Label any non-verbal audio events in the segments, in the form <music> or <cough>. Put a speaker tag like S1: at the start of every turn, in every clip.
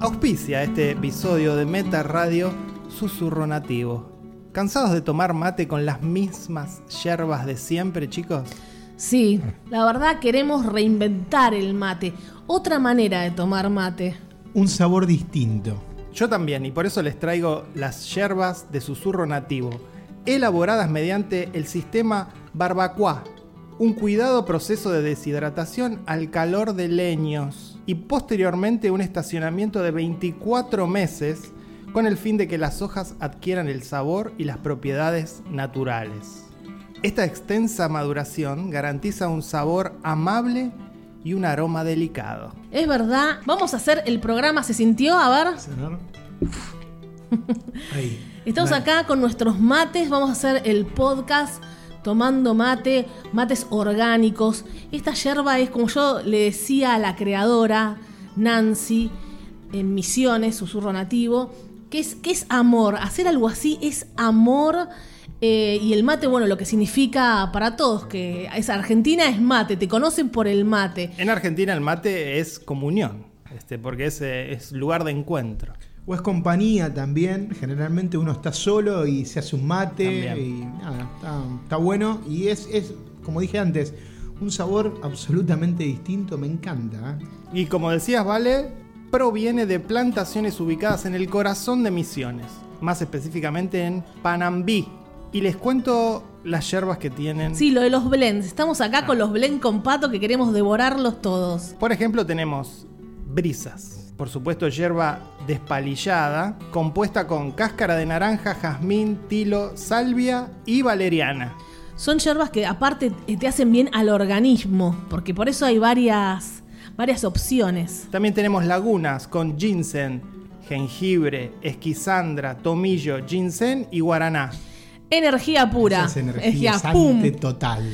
S1: Auspicia este episodio de Meta Radio Susurro Nativo. ¿Cansados de tomar mate con las mismas yerbas de siempre, chicos?
S2: Sí, la verdad queremos reinventar el mate. Otra manera de tomar mate.
S3: Un sabor distinto.
S1: Yo también, y por eso les traigo las yerbas de susurro nativo, elaboradas mediante el sistema barbacoa, un cuidado proceso de deshidratación al calor de leños y posteriormente un estacionamiento de 24 meses con el fin de que las hojas adquieran el sabor y las propiedades naturales. Esta extensa maduración garantiza un sabor amable y un aroma delicado.
S2: Es verdad, vamos a hacer el programa ¿Se sintió? A ver.
S3: Cerrar. Ahí.
S2: <laughs> Estamos
S3: Vale.
S2: acá con nuestros mates, vamos a hacer el podcast tomando mate, mates orgánicos. Esta yerba es, como yo le decía a la creadora, Nancy, en Misiones, Susurro Nativo, que es, que es amor. Hacer algo así es amor. eh, y el mate, bueno, lo que significa para todos, que es Argentina es mate, te conocen por el mate.
S1: En Argentina el mate es comunión, este, porque es, eh, es lugar de encuentro.
S3: O es compañía también. Generalmente uno está solo y se hace un mate.
S1: También.
S3: Y nada, está, está bueno. Y es, es, como dije antes, un sabor absolutamente distinto. Me encanta. ¿eh?
S1: Y como decías, Vale, proviene de plantaciones ubicadas en el corazón de Misiones, más específicamente en Panambí. Y les cuento las yerbas que tienen.
S2: Sí, lo de los blends. Estamos acá con los blends con pato que queremos devorarlos todos.
S1: Por ejemplo, tenemos brisas. Por supuesto, hierba despalillada, compuesta con cáscara de naranja, jazmín, tilo, salvia y valeriana.
S2: Son hierbas que aparte eh, te hacen bien al organismo, porque por eso hay varias, varias opciones.
S1: También tenemos lagunas con ginseng, jengibre, esquisandra, tomillo, ginseng y guaraná.
S2: Energía pura.
S3: Esa es
S2: energía,
S3: energía
S2: pum.
S3: sante total.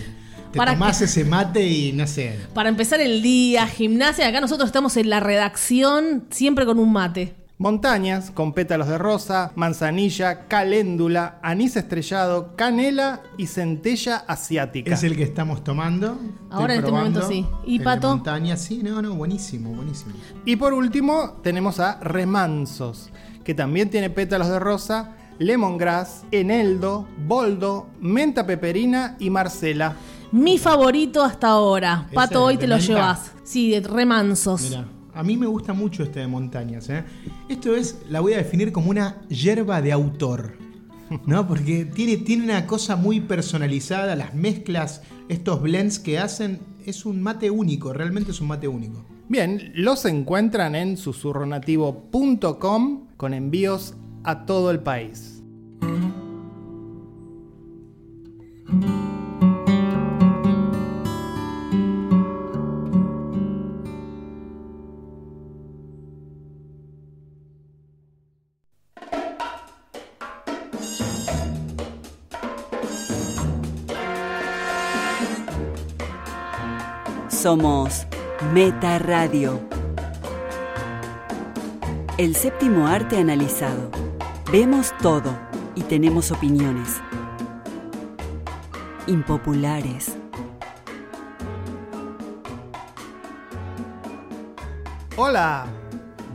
S3: Te
S2: Para
S3: tomás
S2: que-
S3: ese mate y no sé.
S2: Para empezar el día, gimnasia, acá nosotros estamos en la redacción siempre con un mate.
S1: Montañas con pétalos de rosa, manzanilla, caléndula, anís estrellado, canela y centella asiática.
S3: Es el que estamos tomando. Estoy
S2: Ahora en este
S3: probando.
S2: momento sí. ¿Y
S3: El de
S2: Pato?
S3: montaña, sí, no, no, buenísimo, buenísimo.
S1: Y por último tenemos a remansos, que también tiene pétalos de rosa, lemongrass, eneldo, boldo, menta peperina y marcela.
S2: Mi favorito hasta ahora.
S3: ¿Ese
S2: Pato, hoy
S3: de
S2: te lo
S3: menta?
S2: llevas. Sí, de remansos.
S3: Mirá, a mí me gusta mucho este de montañas. ¿eh? Esto es, la voy a definir como una yerba de autor.
S1: <laughs>
S3: ¿No? Porque tiene, tiene una cosa muy personalizada, las mezclas, estos blends que hacen, es un mate único, realmente es un mate único.
S1: Bien, los encuentran en susurronativo.com con envíos a todo el país.
S4: Somos Meta Radio. El séptimo arte analizado. Vemos todo y tenemos opiniones. Impopulares.
S1: Hola,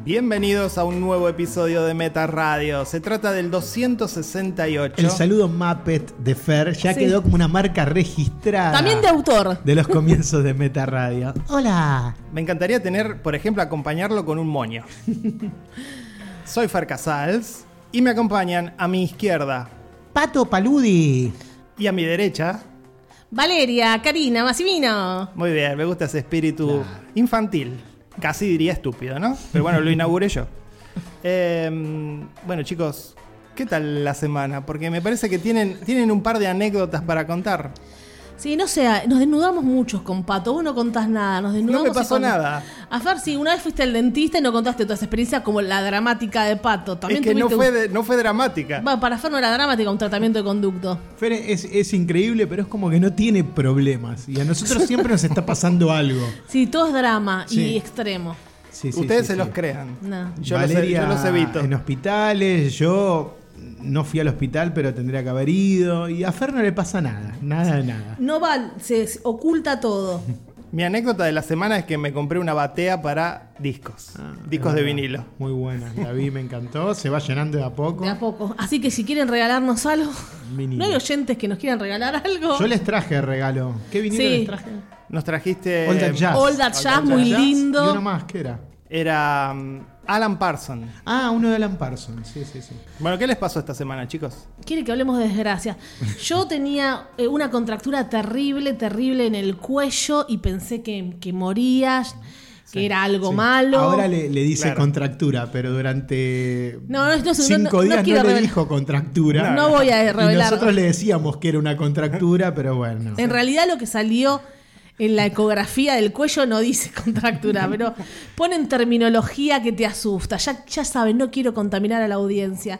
S1: bienvenidos a un nuevo episodio de Meta Radio. Se trata del 268.
S3: El saludo Muppet de Fer ya
S2: Sí.
S3: quedó como una marca registrada.
S2: También de Oh, autor.
S3: de los comienzos de Meta Radio. Hola.
S1: Me encantaría tener, por ejemplo, acompañarlo con un moño. Soy Fer Casals y me acompañan a mi izquierda
S3: Pato Paludi.
S1: y a mi derecha.
S2: Valeria, Karina, Massimino.
S1: Muy bien, me gusta ese espíritu infantil. Casi diría estúpido, ¿no? Pero bueno, lo inauguré
S2: <laughs>
S1: yo. Eh, bueno, chicos, ¿qué tal la semana? Porque me parece que tienen, tienen un par de anécdotas para contar.
S2: Sí, no sé, nos desnudamos muchos con Pato. Vos no contás nada, nos desnudamos.
S1: me
S2: y
S1: pasó
S2: con-
S1: nada.
S2: A Fer, sí, una vez fuiste al dentista y no contaste toda esa experiencia como la dramática de Pato. También
S1: es que no
S2: tuviste un-
S1: fue, de- no fue dramática.
S2: Bueno, para Fer no era dramática, un tratamiento de conducto.
S3: Fer es, es increíble, pero es como que no tiene problemas. Y a nosotros siempre nos está pasando algo.
S2: Sí, todo es drama y
S3: Sí.
S2: extremo.
S3: Sí, sí,
S1: Ustedes
S3: sí,
S1: se
S3: sí.
S1: los crean.
S2: No.
S1: Yo,
S3: Valeria
S1: los, yo los evito.
S3: En hospitales, yo no fui al hospital, pero tendría que haber ido. Y a Fer no le pasa nada, nada de nada.
S2: No va, se se oculta todo.
S1: Mi anécdota de la semana es que me compré una batea para discos.
S3: Ah,
S1: discos de
S3: ah,
S1: vinilo.
S3: Muy buena, la vi, me encantó. Se va llenando de a poco.
S2: De a poco. Así que si quieren regalarnos algo,
S3: Vinilo.
S2: ¿no hay oyentes que nos quieran regalar algo?
S3: Yo les traje regalo. ¿Qué vinilo
S2: Sí.
S3: les traje?
S1: Nos trajiste. em,
S3: All That Jazz.
S2: All That Jazz, muy
S3: Jazz
S2: lindo.
S3: Y uno más, ¿qué era?
S1: Era mm, Alan Parsons.
S3: Ah, uno de Alan Parsons. Sí, sí, sí.
S1: Bueno, ¿qué les pasó esta semana, chicos?
S2: Quiere que hablemos de
S3: <laughs>
S2: desgracia. Yo tenía eh, una contractura terrible, terrible en el cuello y pensé que, que moría, que era algo
S3: Sí.
S2: malo.
S3: Ahora le, le dice
S1: Claro.
S3: contractura, pero durante
S2: No, no, no,
S3: cinco
S2: no, no
S3: días no,
S2: quiero
S3: le
S2: revelar.
S3: dijo contractura.
S2: No voy a
S3: Y
S2: revelar. Eh.
S3: nosotros le decíamos que era una contractura, pero bueno.
S2: En realidad lo que salió en la ecografía del cuello no dice <laughs> contractura, pero ponen terminología que te asusta. Ya, ya saben, no quiero contaminar a la audiencia.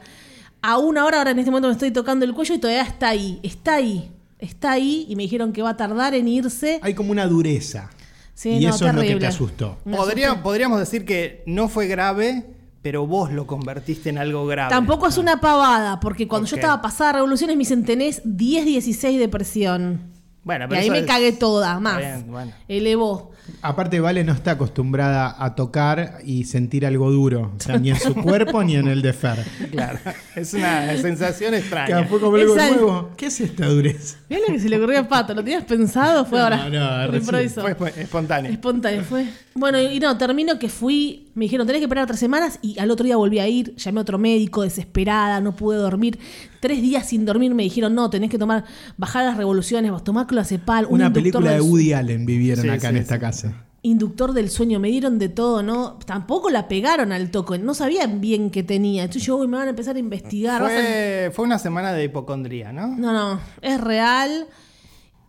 S2: A una hora, ahora en este momento me estoy tocando el cuello y todavía está ahí, está ahí, está ahí y me dijeron que va a tardar en irse.
S3: Hay como una dureza.
S2: Sí,
S3: y
S2: no,
S3: eso es lo que te
S2: terrible.
S3: asustó.
S2: Me
S1: Podría-
S2: asusté.
S1: podríamos decir que no fue grave, pero vos lo convertiste en algo grave.
S2: Tampoco es una pavada, porque cuando yo
S1: Ok.
S2: estaba pasada revoluciones me dicen tenés 10-16 de presión.
S1: Bueno,
S2: Y
S1: pero
S2: ahí
S1: eso
S2: me
S1: es-
S2: cagué toda,
S1: Está
S2: más.
S1: bien,
S2: <laughs>
S1: bueno.
S2: Elevó.
S3: Aparte, Vale no está acostumbrada a tocar y sentir algo duro. O sea, ni
S2: <laughs>
S3: en su cuerpo ni en el de Fer.
S1: Claro, es una sensación
S3: Que
S1: extraña.
S3: fue como algo
S2: Esa-
S3: nuevo. ¿Qué es esta dureza?
S2: Mira lo que se le ocurrió a Pato, ¿lo tenías pensado? Fue
S3: No,
S2: ahora.
S3: no,
S2: Lo
S3: recién.
S2: improvisó.
S1: Fue espo- espontáneo.
S2: Espontáneo fue. Bueno, y no, termino que fui, me dijeron, tenés que esperar tres semanas y al otro día volví a ir, llamé a otro médico, desesperada, no pude dormir. Tres días sin dormir me dijeron, no, tenés que tomar, bajar las revoluciones, vas a tomar clozapal, un
S3: Una
S2: inductor
S3: película de
S2: del-
S3: Woody Allen vivieron
S1: Sí,
S3: acá
S1: sí,
S3: en esta
S1: sí.
S3: casa.
S2: inductor del sueño, me dieron de todo, ¿no? Tampoco la pegaron al toco, no sabían bien qué tenía. Entonces yo, uy, me van a empezar a investigar. vas a-
S1: Fue, fue una semana de hipocondría, ¿no?
S2: No, no, es real.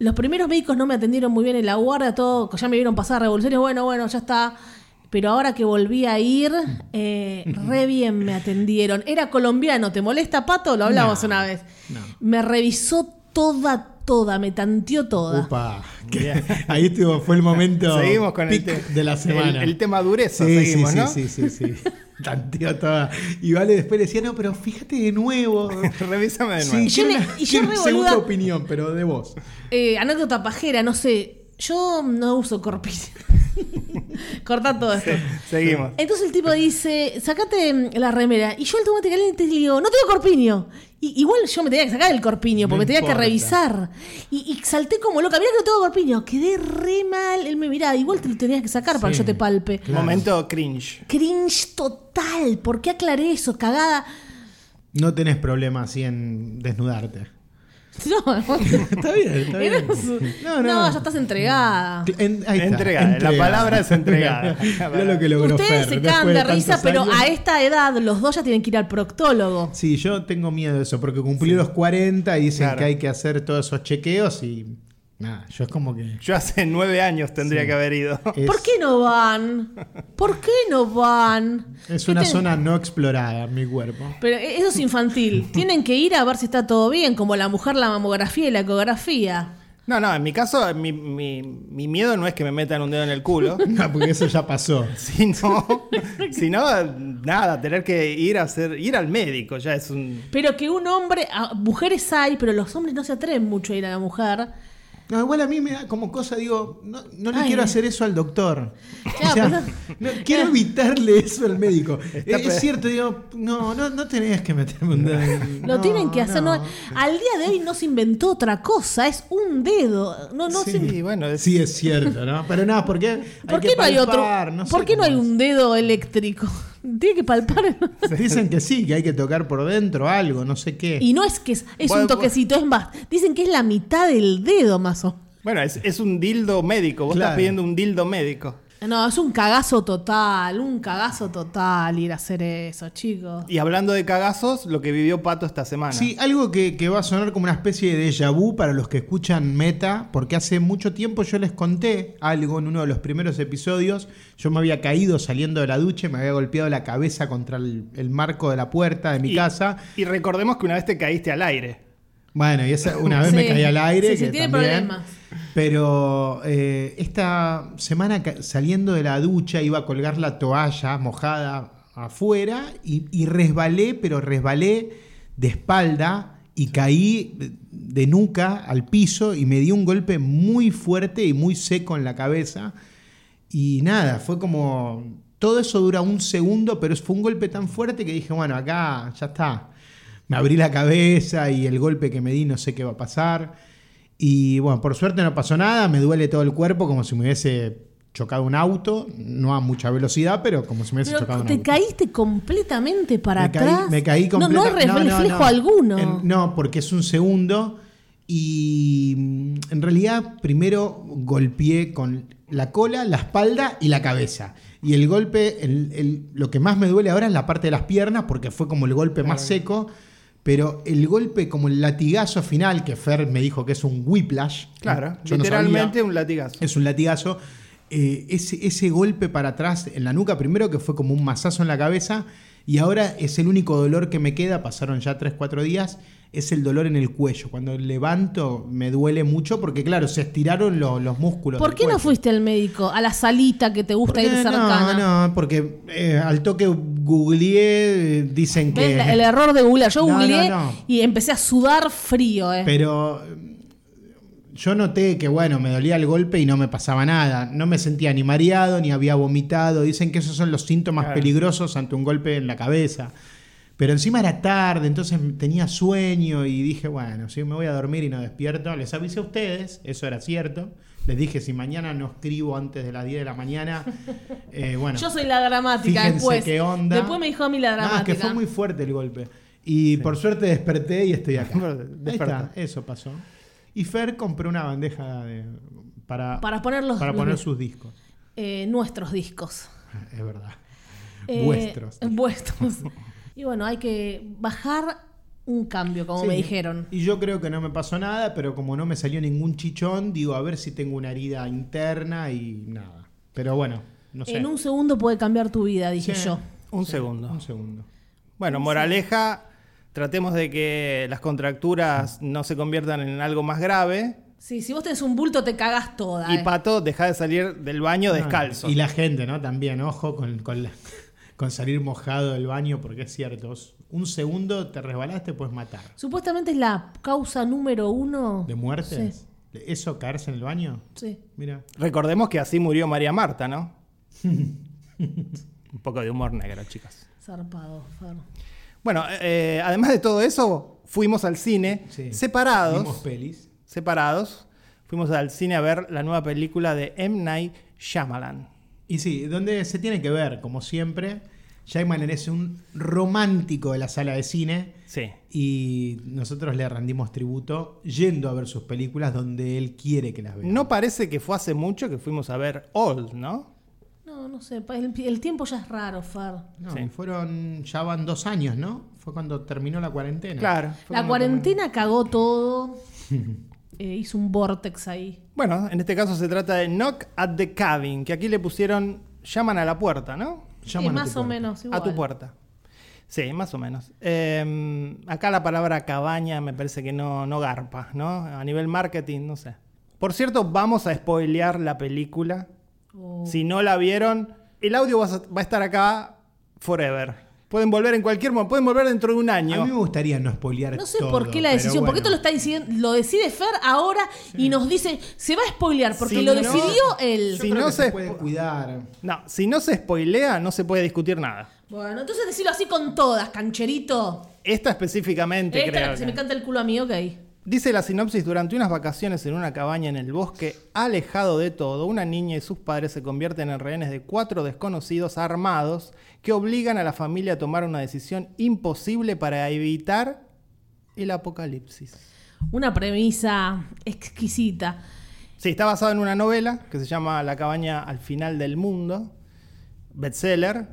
S2: Los primeros médicos no me atendieron muy bien en la guardia, todo, ya me vieron pasar revoluciones, bueno, bueno, ya está. Pero ahora que volví a ir, eh, re bien me atendieron. Era colombiano, ¿te molesta, Pato? Lo hablamos
S3: No,
S2: una vez.
S3: no.
S2: Me revisó toda, toda, me tanteó toda. <laughs>
S3: Upa. que- ahí estuvo, fue el momento
S1: Seguimos con el
S3: pic
S1: tema
S3: de la semana.
S1: El, el tema dureza,
S3: Sí,
S1: seguimos,
S3: sí,
S1: ¿no?
S3: sí, sí, sí, <laughs> sí. Tanteó toda. Y Vale después le decía, no, pero fíjate de nuevo.
S1: Revísame <laughs> de nuevo.
S3: Sí,
S2: Y yo
S3: quiero
S2: me-
S3: una-
S2: y yo
S3: quiero
S2: re
S3: una segunda
S2: boluda-
S3: opinión, pero de vos.
S2: Eh, anécdota pajera, no sé. Yo no uso corpiño. <laughs> Corta todo esto.
S1: Seguimos.
S2: Entonces el tipo dice, sacate mm, la remera. Y yo automáticamente le digo, no tengo corpiño. Y, igual yo me tenía que sacar el corpiño, porque
S3: No
S2: me tenía
S3: importa.
S2: que revisar. Y, y salté como loca, mirá que no tengo corpiño. Quedé re mal. Él me miraba, igual te lo tenías que sacar para que
S3: Sí.
S2: yo te palpe.
S1: Momento cringe.
S2: Cringe total. ¿Por qué aclaré eso? Cagada. <laughs>
S3: No tenés problema así en desnudarte.
S2: No,
S3: está bien, está bien.
S2: eras-
S3: No, no.
S2: no, ya estás entregada.
S3: En- ahí está,
S1: Entregada, la palabra es entregada.
S3: <laughs> Mirá lo que logró
S2: Ustedes
S3: Fer,
S2: se
S3: después
S2: cagan
S3: de
S2: de risa,
S3: tantos
S2: pero
S3: años.
S2: a esta edad los dos ya tienen que ir al proctólogo.
S3: Sí, yo tengo miedo de eso, porque cumplí los 40 y dicen
S1: Claro.
S3: que hay que hacer todos esos chequeos y nada, yo es como que...
S1: Yo hace nueve años tendría que haber ido.
S3: es-
S2: ¿Por qué no van? ¿Por qué no van?
S3: Es
S2: ¿Qué
S3: una
S2: ten-
S3: zona no explorada en mi cuerpo. <laughs>
S2: Pero e, eso es infantil. Tienen que ir a ver si está todo bien, como la mujer, la mamografía y la ecografía.
S1: No, no, en mi caso, mi, mi- mi miedo no es que me metan un dedo en el
S3: <laughs>
S1: culo,
S3: No, porque eso ya pasó.
S1: <laughs> sino, sino nada, tener que ir a hacer, ir al médico ya es un.
S2: Pero que un hombre, a- mujeres hay, pero los hombres no se atreven mucho a ir a la mujer.
S3: No, igual a mí me da como cosa, digo, no, no le
S2: Ay.
S3: quiero hacer eso al doctor.
S2: Claro,
S3: O sea,
S2: pero-
S3: <laughs> no, quiero evitarle eso al médico.
S1: Está
S3: es,
S1: pe-
S3: cierto, digo, no, no, no tenés que meterme un dedo. en-
S2: Lo
S3: no,
S2: tienen que hacer.
S3: no.
S2: no- Al día de hoy no se inventó otra cosa, es un dedo. No, no
S1: sí,
S2: se-
S1: bueno, es-
S3: Sí, es cierto, ¿no? Pero nada, ¿por qué?
S2: ¿Por
S3: que
S2: qué no hay otro?
S3: palpar? sé
S2: ¿Por qué no
S3: cómo
S2: hay
S3: es.
S2: un dedo eléctrico? <laughs> Tiene que palpar. ¿no?
S3: Dicen que sí, que hay que tocar por dentro algo, no sé qué.
S2: Y no es que es,
S1: Bueno,
S2: es
S3: pues-
S2: un toquecito, es más. Dicen que es la mitad del dedo, más o
S1: bueno es, es un dildo médico. Vos
S3: Claro.
S1: estás pidiendo un dildo médico.
S2: No, es un cagazo total, un cagazo total ir a hacer eso, chicos.
S1: Y hablando de cagazos, lo que vivió Pato esta semana.
S3: Sí, algo que, que va a sonar como una especie de déjà vu para los que escuchan Meta, porque hace mucho tiempo yo les conté algo en uno de los primeros episodios. Yo me había caído saliendo de la ducha, y me había golpeado la cabeza contra el, el marco de la puerta de mi
S1: Y-
S3: casa.
S1: Y recordemos que una vez te caíste al aire.
S3: Bueno, y esa, una vez me
S2: Sí.
S3: caí al aire.
S2: Sí, sí,
S3: que
S2: tiene
S3: también.
S2: problemas.
S3: Pero eh, esta semana ca- saliendo de la ducha iba a colgar la toalla mojada afuera y, y resbalé, pero resbalé de espalda. y caí de nuca al piso y me di un golpe muy fuerte y muy seco en la cabeza. Y nada, fue como... Todo eso dura un segundo, pero fue un golpe tan fuerte que dije, bueno, acá ya está. Me abrí la cabeza y el golpe que me di no sé qué va a pasar. Y bueno, por suerte no pasó nada, me duele todo el cuerpo como si me hubiese chocado un auto, no a mucha velocidad, pero como si me hubiese
S2: Pero
S3: chocado un
S2: te
S3: auto.
S2: caíste completamente para
S3: me
S2: atrás.
S3: Caí, me caí
S2: No, no hay
S3: completa-
S2: reflejo alguno.
S3: En- no, porque es un segundo. Y mm, en realidad, primero golpeé con la cola, la espalda y la cabeza. Y el golpe, el- el- lo que más me duele ahora es la parte de las piernas, porque fue como el golpe más seco. Pero el golpe, como el latigazo final, que Fer me dijo que es un whiplash.
S1: Claro,
S3: Yo no sabía.
S1: literalmente un latigazo.
S3: Es un latigazo. Eh, ese, ese golpe para atrás en la nuca, primero que fue como un mazazo en la cabeza, y ahora es el único dolor que me queda, pasaron ya 3-4 días, es el dolor en el cuello. Cuando levanto me duele mucho porque, claro, se estiraron lo- los músculos.
S2: ¿Por
S3: del
S2: qué no
S3: cuello.
S2: fuiste al médico? A la salita que te gusta
S3: Eh,
S2: ir cercana.
S3: No, no, porque eh, al toque googleé, eh, dicen que.
S2: ¿Ves? La- El error de Google. Yo
S3: No, no,
S2: googleé
S3: no.
S2: y empecé a sudar frío. Eh.
S3: Pero mm, yo noté que, bueno, me dolía el golpe y no me pasaba nada. No me sentía ni mareado, ni había vomitado. Dicen que esos son los síntomas
S1: Claro.
S3: peligrosos ante un golpe en la cabeza. Pero encima era tarde, entonces tenía sueño y dije, bueno, si me voy a dormir y no despierto, les avisé a ustedes, eso era cierto. Les dije, si mañana no escribo antes de las 10 de la mañana, <laughs> eh, bueno.
S2: Yo soy la dramática
S3: Fíjense
S2: después.
S3: qué onda.
S2: Después me dijo a mí la
S3: Nada,
S2: dramática.
S3: que fue muy fuerte el golpe. Y por suerte desperté y estoy acá.
S1: Bueno,
S3: Ahí está,
S1: despertó.
S3: eso pasó. Y Fer compró una bandeja de- para,
S2: Para poner los-
S3: para
S2: los
S3: poner
S2: discos.
S3: sus discos. <laughs>
S2: Eh, nuestros discos.
S3: Es verdad.
S2: Eh,
S3: Vuestros.
S2: <laughs> Vuestros. y bueno, hay que bajar un cambio, como
S3: Sí.
S2: me dijeron.
S3: Y yo creo que no me pasó nada, pero como no me salió ningún chichón, digo, a ver si tengo una herida interna y nada. Pero bueno, no sé.
S2: En un segundo puede cambiar tu vida, dije
S3: Sí.
S2: yo.
S1: Un segundo.
S3: Un segundo.
S1: Bueno, moraleja, tratemos de que las contracturas no se conviertan en algo más grave.
S2: Sí, si vos tenés un bulto te cagas toda.
S1: Y
S2: eh.
S1: Pato, deja de salir del baño descalzo.
S3: Y la gente, ¿no? También, ojo con, con, la- con salir mojado del baño, porque es cierto. Un segundo te resbalaste, puedes matar.
S2: Supuestamente es la causa número uno.
S3: ¿De muertes? ¿Eso caerse en el baño?
S2: Sí.
S3: Mira.
S1: Recordemos que así murió María Marta, ¿no? Un poco de humor negro, chicas.
S2: Zarpado. Fer.
S1: Bueno, eh, además de todo eso, fuimos al cine
S3: Sí.
S1: separados.
S3: Vimos pelis.
S1: separados. Fuimos al cine a ver la nueva película de M. Night Shyamalan.
S3: Y sí, donde se tiene que ver, como siempre, Jackman es un romántico de la sala de cine
S1: Sí.
S3: y nosotros le rendimos tributo yendo a ver sus películas donde él quiere que las vea.
S1: No parece que fue hace mucho que fuimos a ver Old, ¿no?
S2: No, no sé. pa- El, el tiempo ya es raro, Fer.
S3: No,
S1: Sí.
S3: fueron, ya van dos años, ¿no? Fue cuando terminó la cuarentena.
S1: Claro. fue
S2: La
S1: cuando-
S2: cuarentena cagó
S3: <laughs>
S2: todo. Eh, hizo un vortex ahí.
S1: Bueno, en este caso se trata de Knock at the Cabin, que aquí le pusieron llaman a la puerta, ¿no?
S2: Sí,
S3: Llaman a tu
S2: Eh, más o
S3: puerta.
S2: menos.
S1: A tu
S2: igual.
S1: puerta. Sí, más o menos. Eh, acá la palabra cabaña me parece que no, no garpa, ¿no? A nivel marketing, no sé. Por cierto, vamos a spoilear la película.
S2: Oh.
S1: Si no la vieron, el audio va a, va a estar acá forever. Pueden volver en cualquier momento, pueden volver dentro de un
S3: A mí me
S1: año.
S3: gustaría no spoilear
S2: No sé
S3: todo,
S2: por qué la
S3: pero
S2: decisión, porque
S3: bueno.
S2: esto lo está diciendo, lo decide Fer ahora y nos dice, se va a spoilear, porque
S1: Si
S2: lo
S1: no-
S2: decidió él.
S1: si
S3: Yo creo
S1: no
S3: que
S1: se
S3: se puede cuidar.
S1: No, si no se spoilea, no se puede discutir nada.
S2: Bueno, entonces decirlo así con todas, cancherito.
S1: Esta específicamente,
S2: Esta es la
S1: creo.
S2: que se
S1: que-
S2: me canta el culo a mí, ok.
S1: Dice la sinopsis, durante unas vacaciones en una cabaña en el bosque, alejado de todo, una niña y sus padres se convierten en rehenes de cuatro desconocidos armados que obligan a la familia a tomar una decisión imposible para evitar el apocalipsis.
S2: Una premisa exquisita.
S1: Sí, está basado en una novela que se llama La cabaña al final del mundo, bestseller.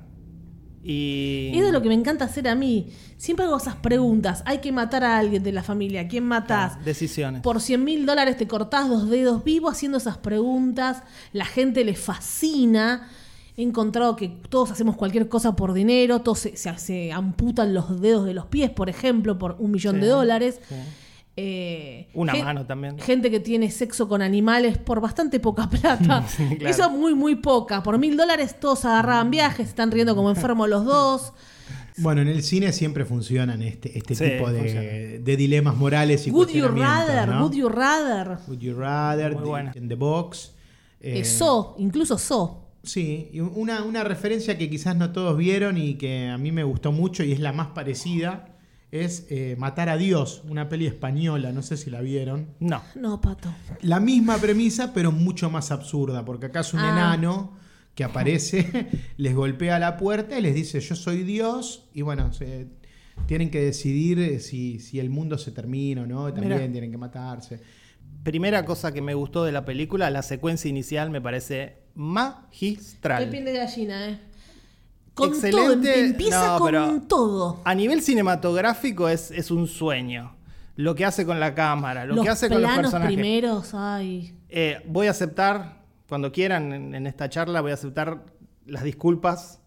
S1: Y
S2: Eso es lo que me encanta hacer a mí. Siempre hago esas preguntas. Hay que matar a alguien de la familia. ¿Quién matás?
S1: decisiones.
S2: Por 100 mil dólares te cortás dos dedos vivo haciendo esas preguntas. La gente le fascina. He encontrado que todos hacemos cualquier cosa por dinero. Todos se, se- se amputan los dedos de los pies, por ejemplo, por un millón
S1: Sí,
S2: de dólares.
S1: sí.
S2: Eh,
S1: Una
S2: gen-
S1: mano también.
S2: Gente que tiene sexo con animales por bastante poca plata.
S1: <laughs> claro.
S2: Eso muy, muy poca. Por mil dólares todos agarraban viajes, están riendo como enfermos los dos.
S3: Bueno, en el cine siempre funcionan este, este
S1: Sí,
S3: tipo de,
S1: funciona.
S3: de dilemas morales y
S2: Would you
S3: cuestionamientos,
S2: rather,
S3: ¿no?
S2: would you rather.
S3: Would you rather,
S1: Muy
S3: The-
S1: buena.
S3: in the box. eh,
S2: Eh, so, incluso so.
S3: Sí, y una, una referencia que quizás no todos vieron y que a mí me gustó mucho y es la más parecida es eh, Matar a Dios, una peli española, no sé si la vieron.
S1: No.
S2: No, pato.
S3: La misma premisa, pero mucho más absurda, porque acá es un
S2: Ah.
S3: enano que aparece, <laughs> les golpea la puerta y les dice yo soy Dios, y bueno, se- tienen que decidir eh, si, si el mundo se termina o no, también
S1: Mirá.
S3: tienen que matarse.
S1: Primera cosa que me gustó de la película, la secuencia inicial me parece
S2: Qué
S1: magistral.
S2: piel de gallina, eh. Con
S1: Excelente.
S2: todo, em- empieza
S1: No,
S2: con
S1: pero-
S2: todo.
S1: A nivel cinematográfico es, es un sueño. Lo que hace con la cámara, lo
S2: los
S1: que hace con los
S2: planos
S1: personajes.
S2: primeros, ay.
S1: Eh, voy a aceptar, cuando quieran en, en esta charla, voy a aceptar las disculpas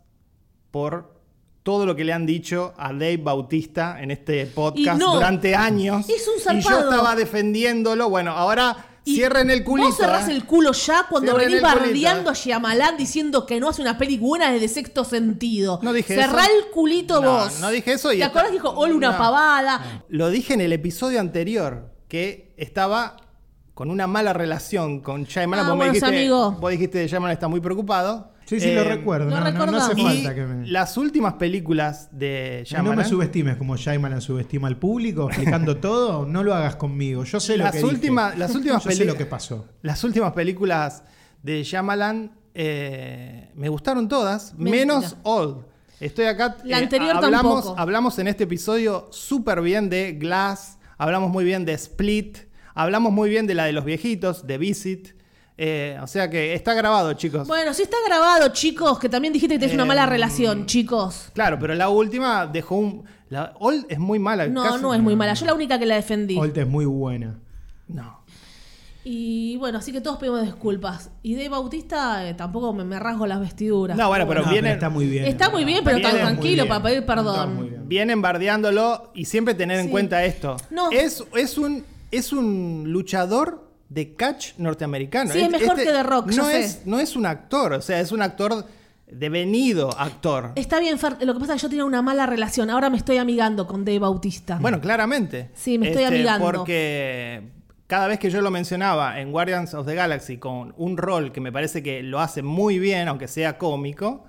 S1: por todo lo que le han dicho a Dave Bautista en este podcast
S2: Y no.
S1: durante años.
S2: Es un
S1: Y yo
S2: zarpado.
S1: estaba defendiéndolo. Bueno, ahora
S2: Y
S1: cierren el culito.
S2: Vos cerrás
S1: ¿eh?
S2: el culo ya cuando
S1: Cierren
S2: venís
S1: el culito,
S2: bardeando
S1: eh.
S2: a Shyamalan diciendo que no hace una peli buena desde sexto sentido.
S1: No dije
S2: Cerrá
S1: eso.
S2: el culito
S1: No,
S2: vos.
S1: no dije eso y
S2: ¿Te
S1: está-
S2: acordás que dijo, hola, una
S1: No.
S2: pavada?
S1: Lo dije en el episodio anterior, que estaba con una mala relación con Shyamalan.
S2: Ah,
S1: vos, me
S2: buenos
S1: dijiste,
S2: amigos.
S1: vos dijiste que Shyamalan está muy preocupado.
S3: Sí, sí,
S1: Eh,
S3: lo recuerdo.
S2: lo
S3: No, no- no hace
S2: recordamos.
S1: Y ¿eh?
S3: falta que me...
S1: las últimas películas de
S3: No
S1: Shyamalan...
S3: me subestimes como Shyamalan subestima al público, explicando todo. No lo hagas conmigo. Yo sé lo
S1: Las
S3: que dije.
S1: últimas-
S3: <laughs>
S1: las últimas
S3: Yo sé
S1: peli-
S3: lo que pasó.
S1: Las últimas películas de Shyamalan eh, me gustaron todas,
S2: Mentira.
S1: menos Old. Estoy acá. eh,
S2: La anterior
S1: hablamos,
S2: tampoco.
S1: hablamos en este episodio súper bien de Glass, hablamos muy bien de Split, hablamos muy bien de la de los viejitos, de Visit. Eh, o sea que está grabado, chicos.
S2: Bueno, si está grabado, chicos, que también dijiste que tenés una
S1: Eh,
S2: mala relación, chicos.
S1: Claro, pero la última dejó un. la- Old es muy mala.
S2: No,
S1: casi-
S2: no es muy mala. Yo la única que la defendí.
S3: Holt es muy buena.
S1: No.
S2: Y bueno, así que todos pedimos disculpas. Y de Bautista eh, tampoco me, me rasgo las vestiduras.
S1: No, bueno, pero
S3: No,
S1: viene.
S3: está muy bien.
S2: Está muy bien, pero
S1: tan
S3: Está muy
S2: tranquilo
S3: bien.
S2: para pedir perdón.
S3: Está muy bien.
S1: vienen bardeándolo y siempre tener en
S2: Sí.
S1: cuenta esto.
S2: No.
S1: Es, es, un, es un luchador de catch norteamericano. Este
S2: Sí, es mejor que The Rock,
S1: No,
S2: yo sé.
S1: es, no es un actor, o sea, es un actor devenido actor.
S2: Está bien, Fer, lo que pasa es que yo tenía una mala relación. Ahora me estoy amigando con Dave Bautista.
S1: Bueno, claramente.
S2: Sí, me estoy
S1: Este,
S2: amigando.
S1: Porque cada vez que yo lo mencionaba en Guardians of the Galaxy con un rol que me parece que lo hace muy bien, aunque sea cómico,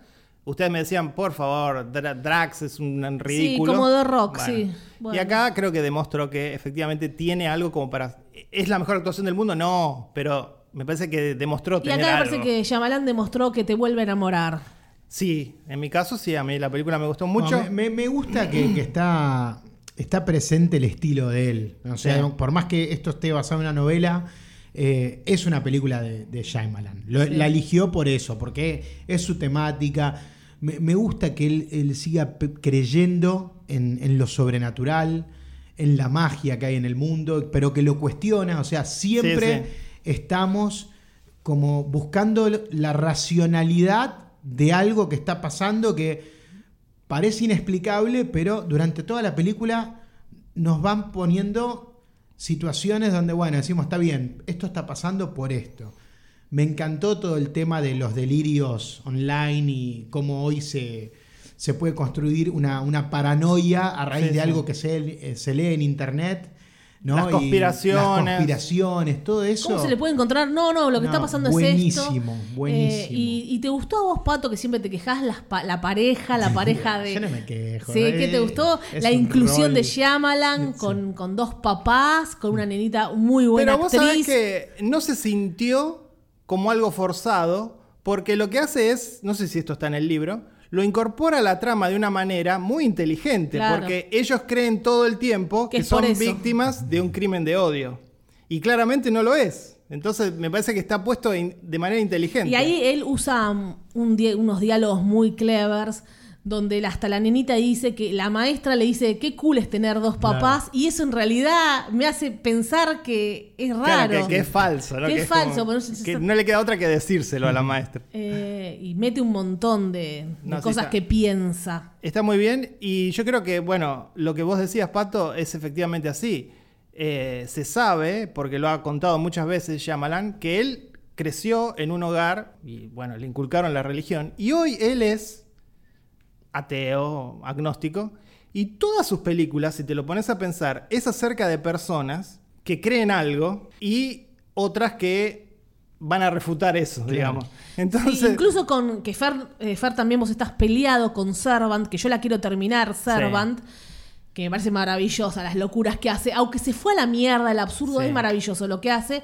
S1: ustedes me decían, por favor, Dra- Drax es un ridículo.
S2: como The Rock, sí.
S1: Y
S2: Bueno.
S1: acá creo que demostró que efectivamente tiene algo como para... ¿Es la mejor actuación del mundo? No, pero me parece que demostró
S2: y
S1: tener
S2: acá me
S1: algo.
S2: parece que Yamalán demostró que te vuelve a enamorar.
S1: Sí, en mi caso sí, a mí la película me gustó mucho.
S3: No, me, me- me gusta que, que está, está presente el estilo de él. O sea,
S1: Sí.
S3: por más que esto esté basado en una novela, eh, es una película de, de Shyamalan. Lo- La eligió por eso, porque es su temática. Me, me gusta que él, él siga pe- creyendo en, en lo sobrenatural, en la magia que hay en el mundo, pero que lo cuestiona. O sea, siempre
S1: Sí,
S3: estamos como buscando la racionalidad de algo que está pasando que parece inexplicable, pero durante toda la película nos van poniendo situaciones donde, bueno, decimos, está bien, esto está pasando por esto. Me encantó todo el tema de los delirios online y cómo hoy se, se puede construir una, una paranoia a raíz
S1: Sí,
S3: de
S1: sí.
S3: algo que se, eh, se lee en internet. ¿no?
S1: Las
S3: Y
S1: conspiraciones.
S3: las conspiraciones, todo eso.
S2: ¿Cómo se le puede encontrar? No, no, lo que
S3: No,
S2: está pasando es esto.
S3: buenísimo, buenísimo.
S2: Eh, y, y te gustó a vos, Pato, que siempre te quejas las pa- la pareja, la pareja de.
S3: Yo no me quejo,
S2: Sí,
S3: eh,
S2: ¿qué te gustó?
S3: es
S2: La
S3: un
S2: inclusión
S3: rol.
S2: de Shyamalan
S3: Sí.
S2: con, con dos papás, con una nenita muy buena
S1: Pero vos sabés
S2: actriz.
S1: que no se sintió como algo forzado, porque lo que hace es, no sé si esto está en el libro, lo incorpora a la trama de una manera muy inteligente,
S2: Claro.
S1: porque ellos creen todo el tiempo
S2: Que
S1: que,
S2: es por
S1: son
S2: eso.
S1: víctimas de un crimen de odio. Y claramente no lo es. Entonces me parece que está puesto in- de manera inteligente.
S2: Y ahí él usa mm, un di- unos diálogos muy clevers, donde él- hasta la nenita dice que la maestra le dice, qué cool es tener dos papás, y eso en realidad me hace pensar que es raro.
S1: Claro, que- que, es falso. ¿no?
S2: Que es falso,
S1: como-
S2: pero no se-
S1: que no le queda otra que decírselo a la maestra.
S2: Eh, y mete un montón de, de
S1: No, sí
S2: cosas
S1: está.
S2: que piensa.
S1: Está muy bien y yo creo que, bueno, lo que vos decías, Pato, es efectivamente así. Eh, se sabe, porque lo ha contado muchas veces Shyamalan, que él creció en un hogar y, bueno, le inculcaron la religión. Y hoy él es ateo, agnóstico, y todas sus películas, si te lo pones a pensar, es acerca de personas que creen algo y otras que van a refutar eso, digamos. Entonces,
S2: Sí, incluso con que Fer, eh, Fer también vos estás peleado con Servant, que yo la quiero terminar, Servant, que me parece maravillosa las locuras que hace, aunque se fue a la mierda, el absurdo
S1: Sí.
S2: es maravilloso lo que hace.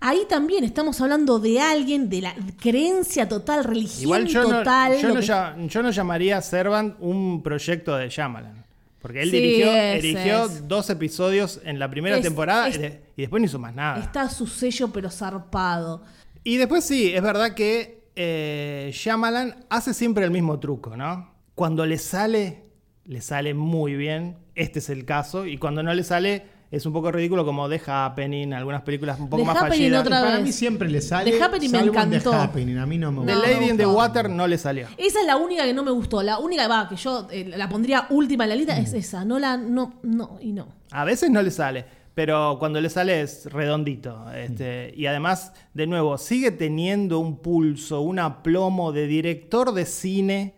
S2: Ahí también estamos hablando de alguien, de la creencia total, religión
S1: igual yo no,
S2: total.
S1: yo,
S2: lo
S1: no
S2: que-
S1: ya- yo no llamaría Servant un proyecto de Shyamalan. Porque él
S2: Sí,
S1: dirigió,
S2: es,
S1: dirigió
S2: es.
S1: dos episodios en la primera
S2: Es-
S1: temporada
S2: es-
S1: y de- y después no hizo más nada.
S2: Está su sello pero zarpado.
S1: Y después sí, es verdad que eh, Shyamalan hace siempre el mismo truco, ¿no? Cuando le sale, le sale muy bien. Este es el caso. Y cuando no le sale, es un poco ridículo como The Happening, algunas películas un poco
S2: The
S1: más
S2: Happening
S1: fallidas.
S2: otra-
S3: Para
S2: vez.
S3: mí siempre le sale.
S2: The Happening me
S3: salvo en The
S2: encantó.
S3: Happening, a mí no me
S1: The
S3: gusta.
S2: No,
S1: Lady in the
S2: no.
S1: Water no le salió.
S2: Esa es la única que no me gustó. La única va, que yo eh, la pondría última en la
S1: Mm.
S2: lista es esa. No la, no, no y no.
S1: A veces no le sale, pero cuando le sale es redondito. este, y además, de nuevo, sigue teniendo un pulso, un aplomo de director de cine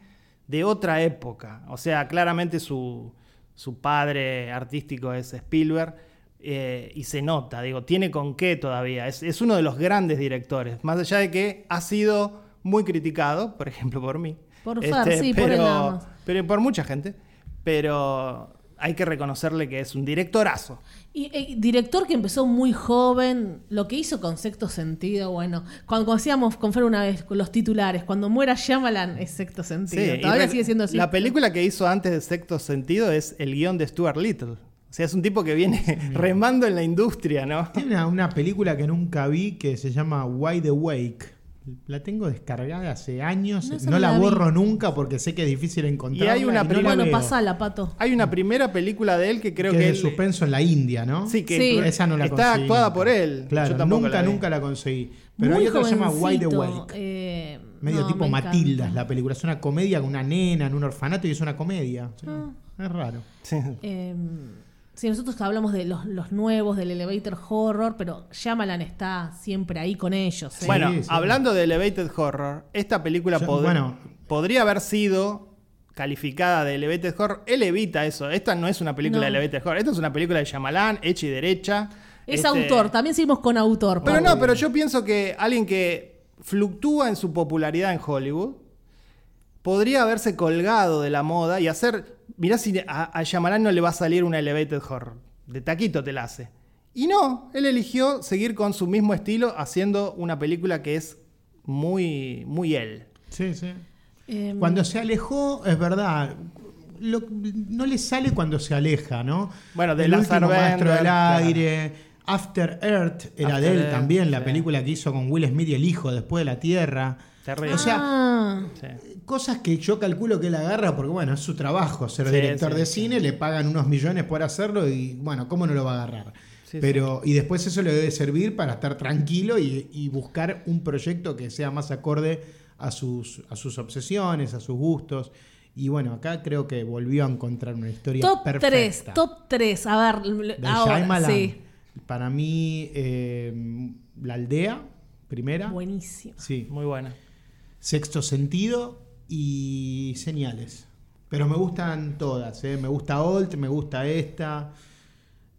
S1: de otra época. O sea, claramente su, su padre artístico es Spielberg. eh, y se nota, digo, tiene con qué todavía. Es, es uno de los grandes directores. Más allá de que ha sido muy criticado, por ejemplo, por mí. Este,
S2: Por Fer, sí, por él
S1: pero-
S2: nada más.
S1: pero por mucha gente. Pero hay que reconocerle que es un directorazo.
S2: Y, eh, director que empezó muy joven, lo que hizo con sexto sentido, bueno, cuando, cuando hacíamos con Fer una vez con los titulares, cuando muera Shyamalan es sexto sentido.
S1: Sí, y
S2: Todavía
S1: re-
S2: sigue siendo así.
S1: La película que hizo antes de Sexto Sentido es el guión de Stuart Little. O sea, es un tipo que
S3: <laughs>
S1: viene
S3: Mm.
S1: remando en la industria, ¿no?
S3: Tiene una, una película que nunca vi que se llama Wide Awake. La tengo descargada hace años.
S2: No,
S3: No,
S2: esa no
S3: la,
S2: la vi.
S3: borro nunca porque sé que es difícil encontrarla.
S1: hay una
S3: no la
S1: película-
S2: bueno,
S3: veo.
S2: pasala, pato.
S1: Hay una primera película de él que creo
S3: que,
S1: que, él-
S3: es de suspenso en la India, ¿no?
S1: Sí, que
S2: Sí.
S3: Esa no la
S1: está
S3: conseguí
S1: actuada
S3: nunca.
S1: por él.
S3: Claro,
S1: Yo tampoco
S3: nunca,
S1: la vi.
S3: nunca la conseguí. Pero
S2: muy
S3: hay otra que se llama Wide
S2: jovencito,
S3: Awake.
S2: eh,
S3: Medio
S2: no,
S3: tipo
S2: me
S3: Matilda es
S2: encanta.
S3: la película. Es una comedia con una nena en un orfanato y es una comedia. Sí,
S2: Ah.
S3: Es raro.
S1: Sí.
S2: Eh, sí, nosotros hablamos de los, los nuevos, del elevator horror, pero Shyamalan está siempre ahí con ellos. ¿eh?
S1: Bueno,
S3: sí.
S1: hablando de Elevated Horror, esta película
S3: Yo-
S1: pod-
S3: bueno.
S1: podría haber sido calificada de Elevated Horror. Él evita eso. Esta no es una película
S2: No.
S1: de Elevated Horror. Esta es una película de Shyamalan, hecha y derecha.
S2: es
S1: Este,
S2: autor, también seguimos con autor.
S1: Pero
S2: Pablo.
S1: no, pero yo pienso que alguien que fluctúa en su popularidad en Hollywood podría haberse colgado de la moda y hacer. Mirá si a, a Shyamalan no le va a salir una Elevated Horror. De taquito te la hace. Y no, él eligió seguir con su mismo estilo haciendo una película que es muy, muy él.
S3: Sí, sí.
S2: Eh,
S3: Cuando se alejó, es verdad. lo- no le sale cuando se aleja, ¿no?
S1: Bueno, de
S3: El
S1: Lazar
S3: último maestro
S1: Bender,
S3: del
S1: claro.
S3: aire. After Earth era
S1: After
S3: de él
S1: Earth,
S3: también, la
S1: sí.
S3: película que hizo con Will Smith y el hijo después de la Tierra.
S1: Terrible.
S3: O sea,
S2: Ah.
S1: Sí.
S3: cosas que yo calculo que él agarra porque, bueno, es su trabajo ser
S1: Sí,
S3: director
S1: sí,
S3: de
S1: sí.
S3: cine, le pagan unos millones por hacerlo y, bueno, ¿cómo no lo va a agarrar?
S1: Sí,
S3: Pero, y después eso le debe servir para estar tranquilo y, y buscar un proyecto que sea más acorde a sus, a sus obsesiones, a sus gustos. Y bueno, acá creo que volvió a encontrar una historia
S2: Top
S3: perfecta.
S2: 3, top 3. A ver, l-
S3: de
S2: ahora
S3: Shyamalan.
S2: sí.
S3: Para mí, eh, La Aldea, primera.
S2: Buenísimo.
S3: Sí.
S1: Muy buena.
S3: Sexto Sentido y Señales. Pero me gustan todas, ¿eh? me gusta Old, me gusta esta.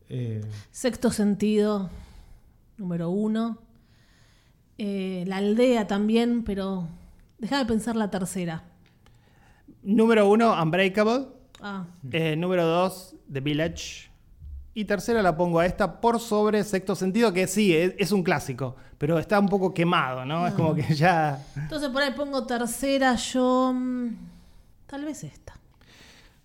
S3: eh,
S2: Sexto sentido, número uno. Eh, la aldea también, pero deja de pensar la tercera.
S1: Número uno, Unbreakable.
S2: Ah,
S1: Eh, número 2, The Village. Y tercera la pongo a esta por sobre Sexto Sentido, que sí, es, es un clásico, pero está un poco quemado, ¿no? Es
S3: Mm.
S1: como que <laughs> ya...
S2: entonces por ahí pongo tercera, yo. mm, Tal vez esta.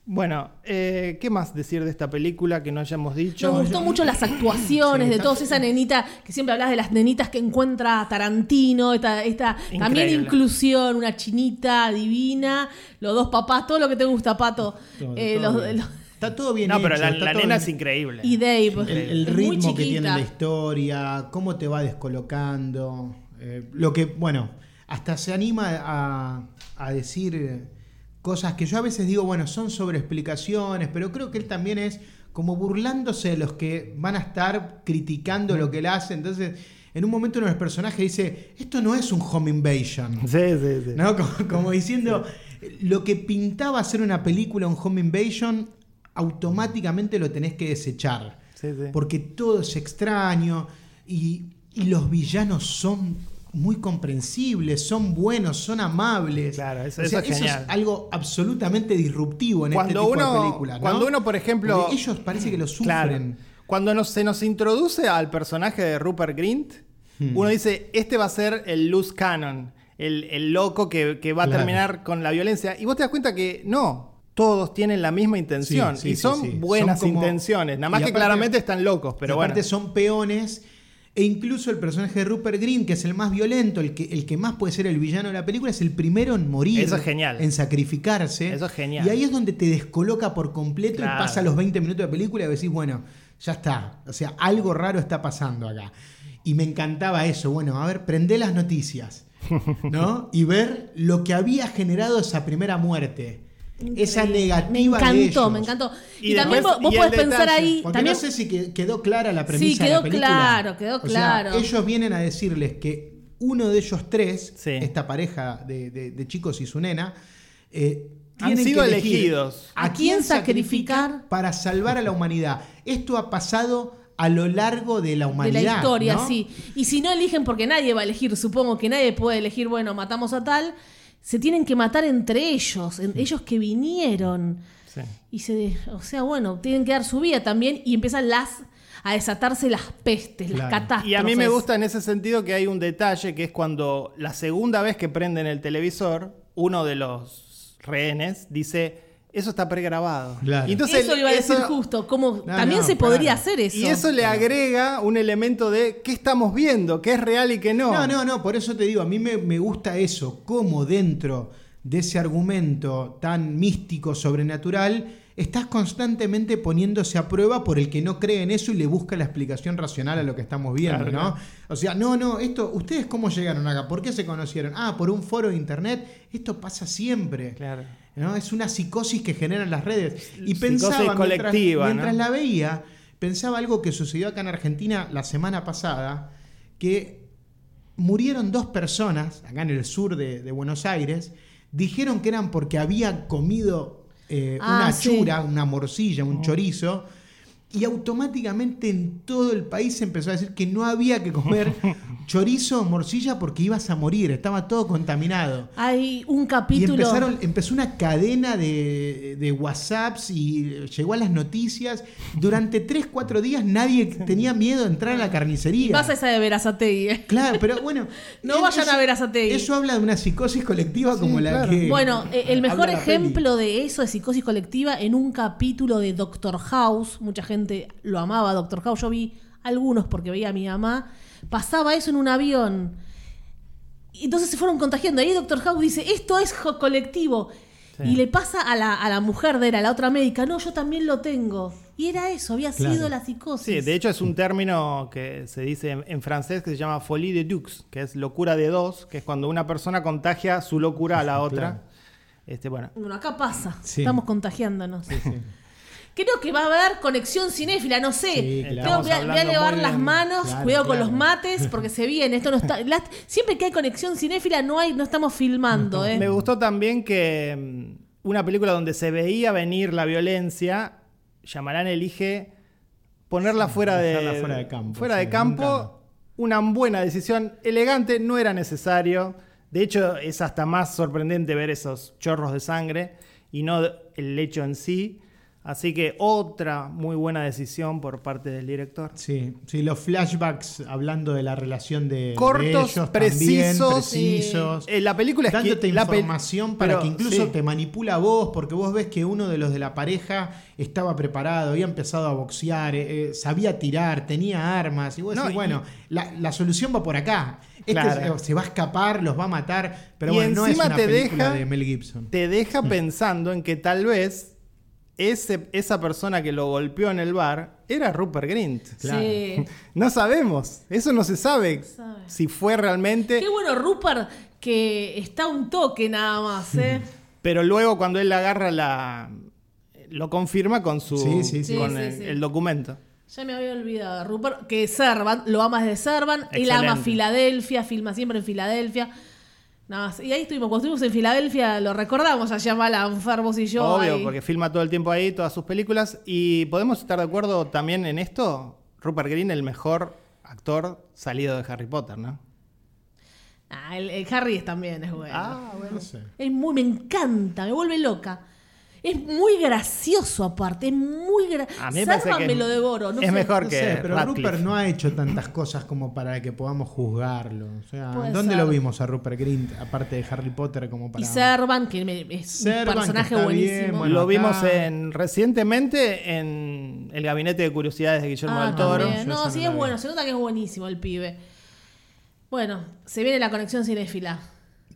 S1: Bueno, eh, ¿qué más decir de esta película que no hayamos dicho?
S2: Nos gustó mucho las actuaciones de todos. Esa nenita, que siempre hablas de las nenitas que encuentra Tarantino, esta, esta también
S1: Increíble.
S2: inclusión, una chinita divina, los dos papás, todo lo que te gusta, Pato.
S3: todo-
S2: Eh,
S3: todo
S2: los-
S3: bien.
S2: los-
S3: Está todo bien
S1: No,
S3: hecho,
S1: pero la,
S3: está
S1: la
S3: todo
S1: nena
S3: bien-
S1: es increíble.
S2: y Dave.
S3: El, el
S2: es muy
S3: ritmo que
S2: chiquita.
S3: tiene la historia, cómo te va descolocando. eh, lo que, bueno, hasta se anima a, a decir cosas que yo a veces digo, bueno, son sobre explicaciones, pero creo que él también es como burlándose de los que van a estar criticando lo que él hace. Entonces, En un momento uno de los personajes dice, esto no es un
S1: <laughs>
S3: home invasion.
S1: <laughs> Sí, sí, sí.
S3: ¿no? Como, como diciendo, lo que pintaba ser una película, un home invasion, automáticamente lo tenés que desechar.
S1: Sí, sí.
S3: Porque todo es extraño y, y los villanos son muy comprensibles, son buenos, son amables.
S1: Claro, eso-
S3: O sea,
S1: eso es genial.
S3: algo absolutamente disruptivo en
S1: Cuando
S3: este tipo
S1: uno-
S3: de películas. ¿no?
S1: cuando uno, por ejemplo-
S3: Porque ellos parece que lo
S1: Claro.
S3: sufren.
S1: Cuando nos- se nos introduce al personaje de Rupert Grint,
S3: Hmm.
S1: uno dice, este va a ser el loose cannon, el, el loco que, que va a
S3: Claro.
S1: terminar con la violencia. Y vos te das cuenta que no, todos tienen la misma intención
S3: Sí, sí,
S1: y son
S3: sí, sí.
S1: buenas
S3: Son como-
S1: intenciones. Nada más
S3: y
S1: que
S3: aparte-
S1: claramente están locos,
S3: Pero
S1: pero bueno.
S3: aparte son peones. E incluso el personaje de Rupert Green, que es el más violento, el que, el que más puede ser el villano de la película, es el primero en morir.
S1: Eso es genial.
S3: En sacrificarse.
S1: Eso es genial.
S3: Y ahí es donde te descoloca por completo
S1: Claro.
S3: y pasa los 20 minutos de película y decís, bueno, ya está. O sea, algo raro está pasando acá. Y me encantaba eso. Bueno, a ver, prendé
S1: <laughs>
S3: las noticias. ¿No? Y ver lo que había generado esa primera muerte. Esa negativa.
S2: Me
S3: de
S2: encantó,
S3: ellos.
S2: me encantó.
S1: Y
S2: Y, también
S1: después-
S2: vos, vos
S1: y el
S2: podés pensar
S1: detalle,
S2: ahí.
S3: Porque
S2: También,
S3: no sé si que- quedó clara la
S2: Sí,
S3: premisa de la
S2: quedó
S3: película.
S2: claro, quedó
S3: O sea,
S2: claro.
S3: ellos vienen a decirles que uno de ellos tres,
S1: Sí.
S3: esta pareja de, de- de chicos y su nena, eh,
S1: Han
S3: tienen
S1: sido
S3: que elegir
S1: elegidos.
S2: ¿A quién sacrificar?
S3: para salvar a la humanidad? Esto ha pasado a lo largo de la
S2: de
S3: humanidad.
S2: la historia,
S3: ¿no?
S2: sí. Y si no eligen, porque nadie va a elegir, supongo que nadie puede elegir, bueno, matamos a tal, se tienen que matar entre ellos, en- ellos que vinieron.
S1: Sí.
S2: Y se, de- o sea, bueno, tienen que dar su vida también y empiezan las a desatarse las pestes, las
S3: Claro.
S2: catástrofes.
S1: Y a mí me gusta en ese sentido que hay un detalle que es cuando la segunda vez que prenden el televisor, uno de los rehenes dice, eso está pregrabado.
S3: Claro.
S1: Y
S2: eso iba a decir
S1: eso-
S2: justo, como
S3: No,
S2: también
S3: no,
S2: se podría
S3: claro.
S2: hacer eso.
S1: Y eso le agrega un elemento de qué estamos viendo, qué es real y qué no.
S3: No, no, no, por eso te digo, a mí me, me gusta eso, cómo dentro de ese argumento tan místico, sobrenatural, estás constantemente poniéndose a prueba por el que no cree en eso y le busca la explicación racional a lo que estamos viendo,
S1: Claro,
S3: ¿no?
S1: claro.
S3: O sea, no, no, esto, ¿ustedes cómo llegaron acá? ¿Por qué se conocieron? Ah, por un foro de internet, esto pasa siempre.
S1: Claro.
S3: ¿no? Es una psicosis que generan las redes. Y
S1: Psicosis
S3: pensaba, mientras,
S1: colectiva, ¿no?
S3: mientras la veía, pensaba algo que sucedió acá en Argentina la semana pasada, que murieron dos personas, acá en el sur de, de Buenos Aires, dijeron que eran porque había comido eh,
S2: Ah,
S3: una
S2: sí.
S3: chura, una morcilla,
S1: Oh.
S3: un chorizo, y automáticamente en todo el país se empezó a decir que no había
S1: <laughs>
S3: que comer chorizo o morcilla porque ibas a morir, estaba todo contaminado.
S2: Hay un
S3: Y
S2: capítulo.
S3: empezaron, empezó una cadena de, de WhatsApps y llegó a las noticias. Durante 3, 4 días nadie tenía miedo de entrar a la carnicería.
S2: Vas a esa de Verazategui. eh.
S3: Claro, pero bueno.
S2: <laughs> No vayan a ver a Sategui.
S3: Eso habla de una psicosis colectiva como la
S1: claro.
S3: que.
S2: Bueno, eh, el mejor
S3: habla la peli.
S2: ejemplo de eso de psicosis colectiva en un capítulo de Doctor House, mucha gente lo amaba, Doctor House, yo vi algunos porque veía a mi mamá, pasaba eso en un avión. Y Entonces se fueron contagiando. Ahí Doctor House dice, esto es jo- colectivo. Y le pasa a la, a la mujer de era la otra médica, no, yo también lo tengo. Y era eso, había
S3: Claro.
S2: sido la psicosis.
S1: Sí, de hecho es un término que se dice en, en francés que se llama folie de deux, que es locura de dos, que es cuando una persona contagia su locura a la otra.
S3: Claro.
S1: Este, bueno.
S2: Bueno, acá pasa,
S3: Sí.
S2: estamos contagiándonos. <laughs> Creo que va a haber conexión cinéfila, no sé.
S3: Sí,
S2: Creo
S1: claro.
S2: que voy a, voy a
S1: Estamos hablando
S2: elevar
S1: muy
S2: las
S1: bien.
S2: manos,
S3: Claro,
S2: cuidado con
S3: claro.
S2: los mates, porque se viene. Esto no está. last- siempre que hay conexión cinéfila no hay, no estamos filmando, ¿eh?
S1: Me gustó también que mm, una película donde se veía venir la violencia, Yamarán elige ponerla fuera de,
S3: dejarla fuera de campo,
S1: fuera de
S3: sí,
S1: campo,
S3: nunca.
S1: una buena decisión, elegante, no era necesario. De hecho, es hasta más sorprendente ver esos chorros de sangre y no el hecho en sí. Así que otra muy buena decisión por parte del director.
S3: Sí, sí, los flashbacks hablando de la relación de. de
S1: Cortos,
S3: ellos
S1: precisos,
S3: también, precisos.
S1: Eh, la película es que-
S3: dándote
S1: la pel-
S3: información para
S1: pero,
S3: que incluso
S1: sí.
S3: te manipula a vos, porque vos ves que uno de los de la pareja estaba preparado, había empezado a boxear, eh, eh, sabía tirar, tenía armas, y vos
S1: No, y-
S3: decís, bueno, la, la solución va por acá. Este
S1: Claro.
S3: se- se va a escapar, los va a matar, pero
S1: Y
S3: bueno, no es
S1: encima
S3: una
S1: te
S3: película
S1: deja-
S3: de Mel Gibson.
S1: te
S2: Mm.
S1: deja pensando en que tal vez ese- esa persona que lo golpeó en el bar era Rupert Grint.
S3: claro.
S2: Sí.
S1: No sabemos, eso no se sabe
S2: sabe.
S1: si fue realmente,
S2: Qué bueno, Rupert, que está un toque nada más, ¿eh?
S1: pero luego cuando él agarra la lo confirma con su
S3: Sí, sí, sí.
S1: con
S2: Sí, sí,
S1: el,
S2: sí.
S1: el documento.
S2: Ya me había olvidado de Rupert, que Servan, lo ama desde Servan, él ama
S1: Excelente.
S2: Filadelfia, filma siempre en Filadelfia. Nada más. Y ahí estuvimos, cuando estuvimos en Filadelfia, lo recordamos a Yamalan, Farbos y yo.
S1: Obvio,
S2: ahí.
S1: porque filma todo el tiempo ahí, todas sus películas. Y podemos estar de acuerdo también en esto. Rupert Green, el mejor actor salido de Harry Potter, ¿no?
S2: Ah, el, el Harry es también es bueno.
S1: Ah.
S3: bueno. No sé.
S2: Es muy, me encanta, me vuelve loca. Es muy gracioso aparte, es muy gracioso.
S1: A mí me parece que es-
S2: lo devoro. No
S1: es
S2: sé.
S1: mejor.
S3: No
S1: Porque
S3: sé, pero
S1: Radcliffe.
S3: Rupert no ha hecho tantas cosas como para que podamos juzgarlo. O sea,
S2: Puede
S3: ¿dónde
S2: ser.
S3: lo vimos a Rupert Grint, aparte de Harry Potter, como para.
S2: Y Servan, que me- es
S3: Servan,
S2: un personaje
S3: que está bien,
S2: buenísimo.
S3: Bueno,
S1: lo
S3: acá-
S1: vimos en, recientemente en El Gabinete de Curiosidades de Guillermo
S2: Ah,
S1: del Toro.
S2: también.
S3: Yo
S2: No,
S3: esa
S2: sí
S3: no
S2: es
S3: la vi.
S2: bueno, se nota que es buenísimo el pibe. Bueno, se viene la conexión cinéfila.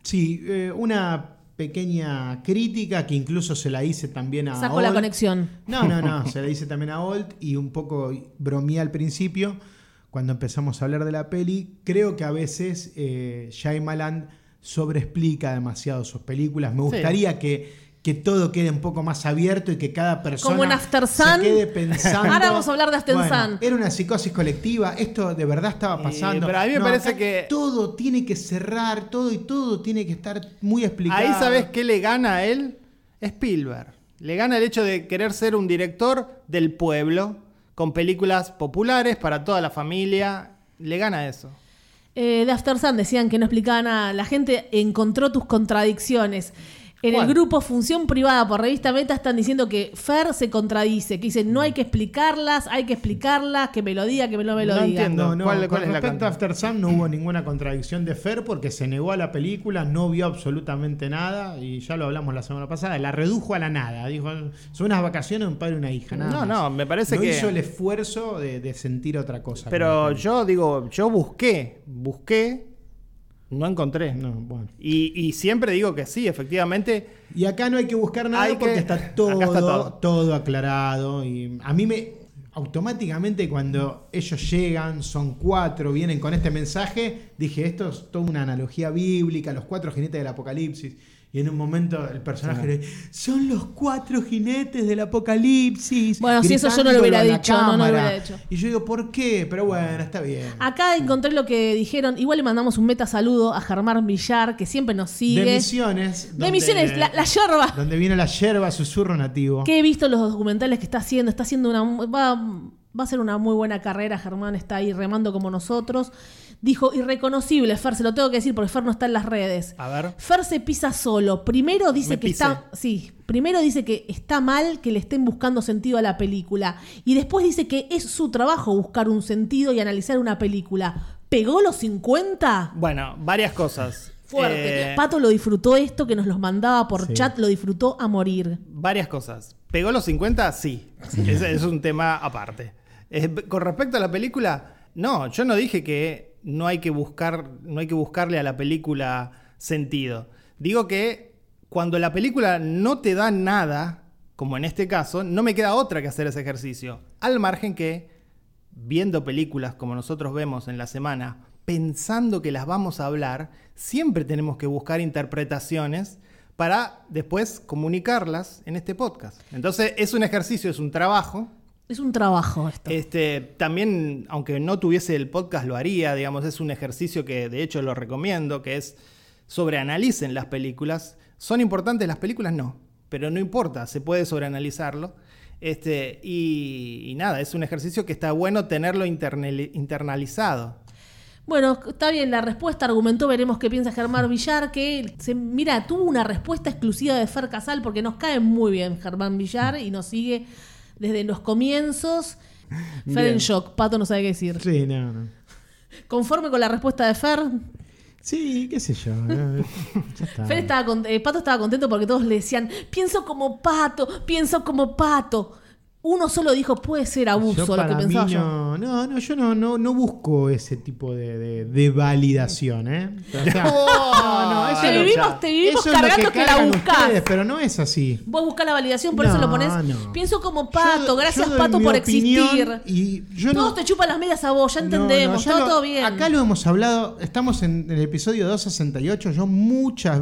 S3: Sí, eh, una pequeña crítica que incluso se la hice también a.
S2: Saco la
S3: Olt.
S2: conexión.
S3: No, no, no, se la hice también a Olt y un poco bromeé al principio cuando empezamos a hablar de la peli. Creo que a veces eh, Shyamalan sobreexplica demasiado sus películas. Me gustaría que, que todo quede un poco más abierto y que cada persona
S2: Como en After
S3: se
S2: Sun.
S3: quede pensando.
S2: Ahora vamos a hablar de After
S3: Bueno,
S2: Sun.
S3: Era una psicosis colectiva, esto de verdad estaba
S1: Eh,
S3: pasando.
S1: pero a mí me parece
S3: acá
S1: que-
S3: Todo tiene que cerrar, todo y todo tiene que estar muy explicado.
S1: Ahí sabes qué le gana a él Spielberg. Le gana el hecho de querer ser un director del pueblo con películas populares para toda la familia. Le gana eso.
S2: Eh, de After Sun decían que no explicaba nada. La gente encontró tus contradicciones. En
S1: ¿Cuál?
S2: el grupo Función Privada por Revista Meta están diciendo que Fer se contradice, que dice no hay que explicarlas, hay que explicarlas, que me lo diga, que me- no me lo
S1: No
S2: diga.
S1: entiendo.
S3: No, no,
S1: ¿Cuál-
S3: con
S1: cuál es la
S3: respecto
S1: cantidad?
S3: a After Sun no hubo ninguna contradicción de Fer porque se negó a la película, no vio absolutamente nada y ya lo hablamos la semana pasada, la redujo a la nada. Dijo, son unas vacaciones, un padre y una hija. Nada
S1: No,
S3: más".
S1: no, me parece
S3: No
S1: que-
S3: hizo el esfuerzo de, de sentir otra cosa.
S1: Pero
S3: con la
S1: yo digo, yo busqué, busqué, no encontré.
S3: película. No, bueno.
S1: Y, y siempre digo que sí, efectivamente.
S3: Y acá no hay que buscar nada
S1: Hay que-
S3: porque
S1: <laughs> acá
S3: está,
S1: está
S3: todo,
S1: todo.
S3: todo. aclarado. Y a mí me. Automáticamente, cuando ellos llegan, son cuatro, vienen con este mensaje, dije: Esto es toda una analogía bíblica, los cuatro jinetes del apocalipsis. Y en un momento el personaje le Son los cuatro jinetes del apocalipsis.
S2: Bueno, si eso yo no lo
S3: gritándolo
S2: hubiera
S3: a la
S2: dicho, Ah, no, no lo
S3: cámara.
S2: hubiera hecho.
S3: Y yo digo: ¿Por qué? Pero bueno, está bien.
S2: Acá encontré lo que dijeron. Igual le mandamos un meta saludo a Germán Villar, que siempre nos sigue.
S3: de Misiones.
S2: De Misiones, la, la yerba.
S3: Donde viene la yerba, susurro nativo.
S2: que he visto los documentales que está haciendo, está haciendo una mu- va, va a ser una muy buena carrera, Germán está ahí remando como nosotros. Dijo irreconocible, Fer, se lo tengo que decir porque Fer no está en las redes.
S1: A ver.
S2: Fer se pisa solo. Primero dice
S1: Ah. Me
S2: que
S1: pisé.
S2: está sí, primero dice que está mal que le estén buscando sentido a la película y después dice que es su trabajo buscar un sentido y analizar una película. ¿Pegó los 50?
S1: Bueno, varias cosas.
S2: Fuerte.
S1: Eh,
S2: Pato lo disfrutó esto que nos los mandaba por
S3: Sí.
S2: chat, lo disfrutó a morir.
S1: Varias cosas. ¿Pegó los 50? Sí. Es, es un tema aparte. Eh, con respecto a la película, no, yo no dije que no hay que buscar, no hay que buscarle a la película sentido. Digo que cuando la película no te da nada, como en este caso, no me queda otra que hacer ese ejercicio. Al margen que viendo películas como nosotros vemos en la semana, pensando que las vamos a hablar, siempre tenemos que buscar interpretaciones para después comunicarlas en este podcast. Entonces es un ejercicio, es un trabajo.
S2: Es un trabajo esto.
S1: Este, también, aunque no tuviese el podcast, lo haría, digamos, es un ejercicio que de hecho lo recomiendo, que es sobreanalicen las películas. ¿Son importantes las películas? No, pero no importa, se puede sobreanalizarlo. Este, y, y nada, es un ejercicio que está bueno tenerlo interneli- internalizado.
S2: Bueno, está bien, la respuesta argumentó, veremos qué piensa Germán Villar, que se, mira, tuvo una respuesta exclusiva de Fer Casal, porque nos cae muy bien Germán Villar y nos sigue desde los comienzos. Fer en
S3: Bien.
S2: shock, Pato no sabe qué decir.
S3: Sí, no, no.
S2: Conforme con la respuesta de Fer,
S3: Sí, qué sé yo.
S2: <laughs>
S3: ¿no? Ya está.
S2: Fer estaba con- eh, Pato estaba contento porque todos le decían, pienso como Pato, pienso como Pato. Uno solo dijo, puede ser abuso
S3: Yo
S2: lo que
S3: para mí
S2: pensaba yo.
S3: no, no, no, yo no, no, no busco ese tipo de, de- de validación, ¿eh?
S2: <laughs>
S3: O sea, no, Ah, eso
S2: Oh, te
S3: no-
S2: vivimos, te vivimos
S3: eso es lo
S2: cargando que, la
S3: cargan
S2: buscas.
S3: ustedes, pero no es así.
S2: Vos buscas la validación, por eso
S3: No,
S2: lo pones.
S3: no.
S2: Pienso como
S3: Yo-
S2: pato,
S3: yo
S2: gracias
S3: doy
S2: pato
S3: mi
S2: por
S3: opinión
S2: existir.
S3: Y yo
S2: Todos
S3: no,
S2: te chupan las medias a vos, ya
S3: No, no,
S2: entendemos,
S3: ya
S2: todo,
S3: lo-
S2: todo bien.
S3: Acá lo hemos hablado, estamos en, el episodio 268, yo muchas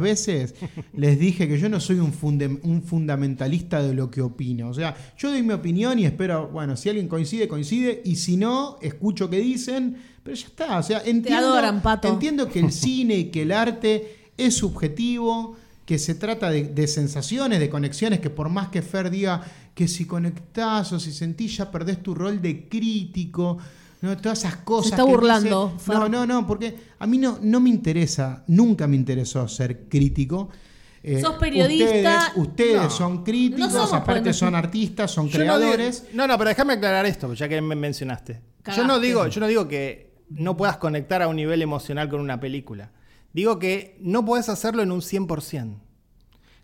S2: <laughs>
S3: veces les dije que yo no soy un, funde- un fundamentalista de lo que opino, o sea, yo doy mi opinión y espero, bueno, si alguien coincide, coincide, y si no, escucho qué dicen, pero ya está, o sea, entiendo,
S2: adoran, Pato.
S3: entiendo que el cine y que el arte es subjetivo, que se trata de, de sensaciones, de conexiones, que por más que Fer diga que si conectás o si sentís ya perdés tu rol de crítico, ¿no? todas esas cosas.
S2: está
S3: que dice-
S2: burlando, Fer.
S3: no, no, no, porque a mí no, no me interesa, nunca me interesó ser crítico. Eh,
S2: Sos periodista.
S3: Ustedes, ustedes
S1: No.
S3: son críticos,
S2: No somos
S3: aparte
S2: buenos.
S3: son artistas, son
S1: Yo no, digo-
S3: creadores.
S1: no, no, pero déjame aclarar esto, ya que me mencionaste. Yo no
S2: Cagaste.
S1: digo, yo no digo que no puedas conectar a un nivel emocional con una película. Digo que no puedes hacerlo en un 100%.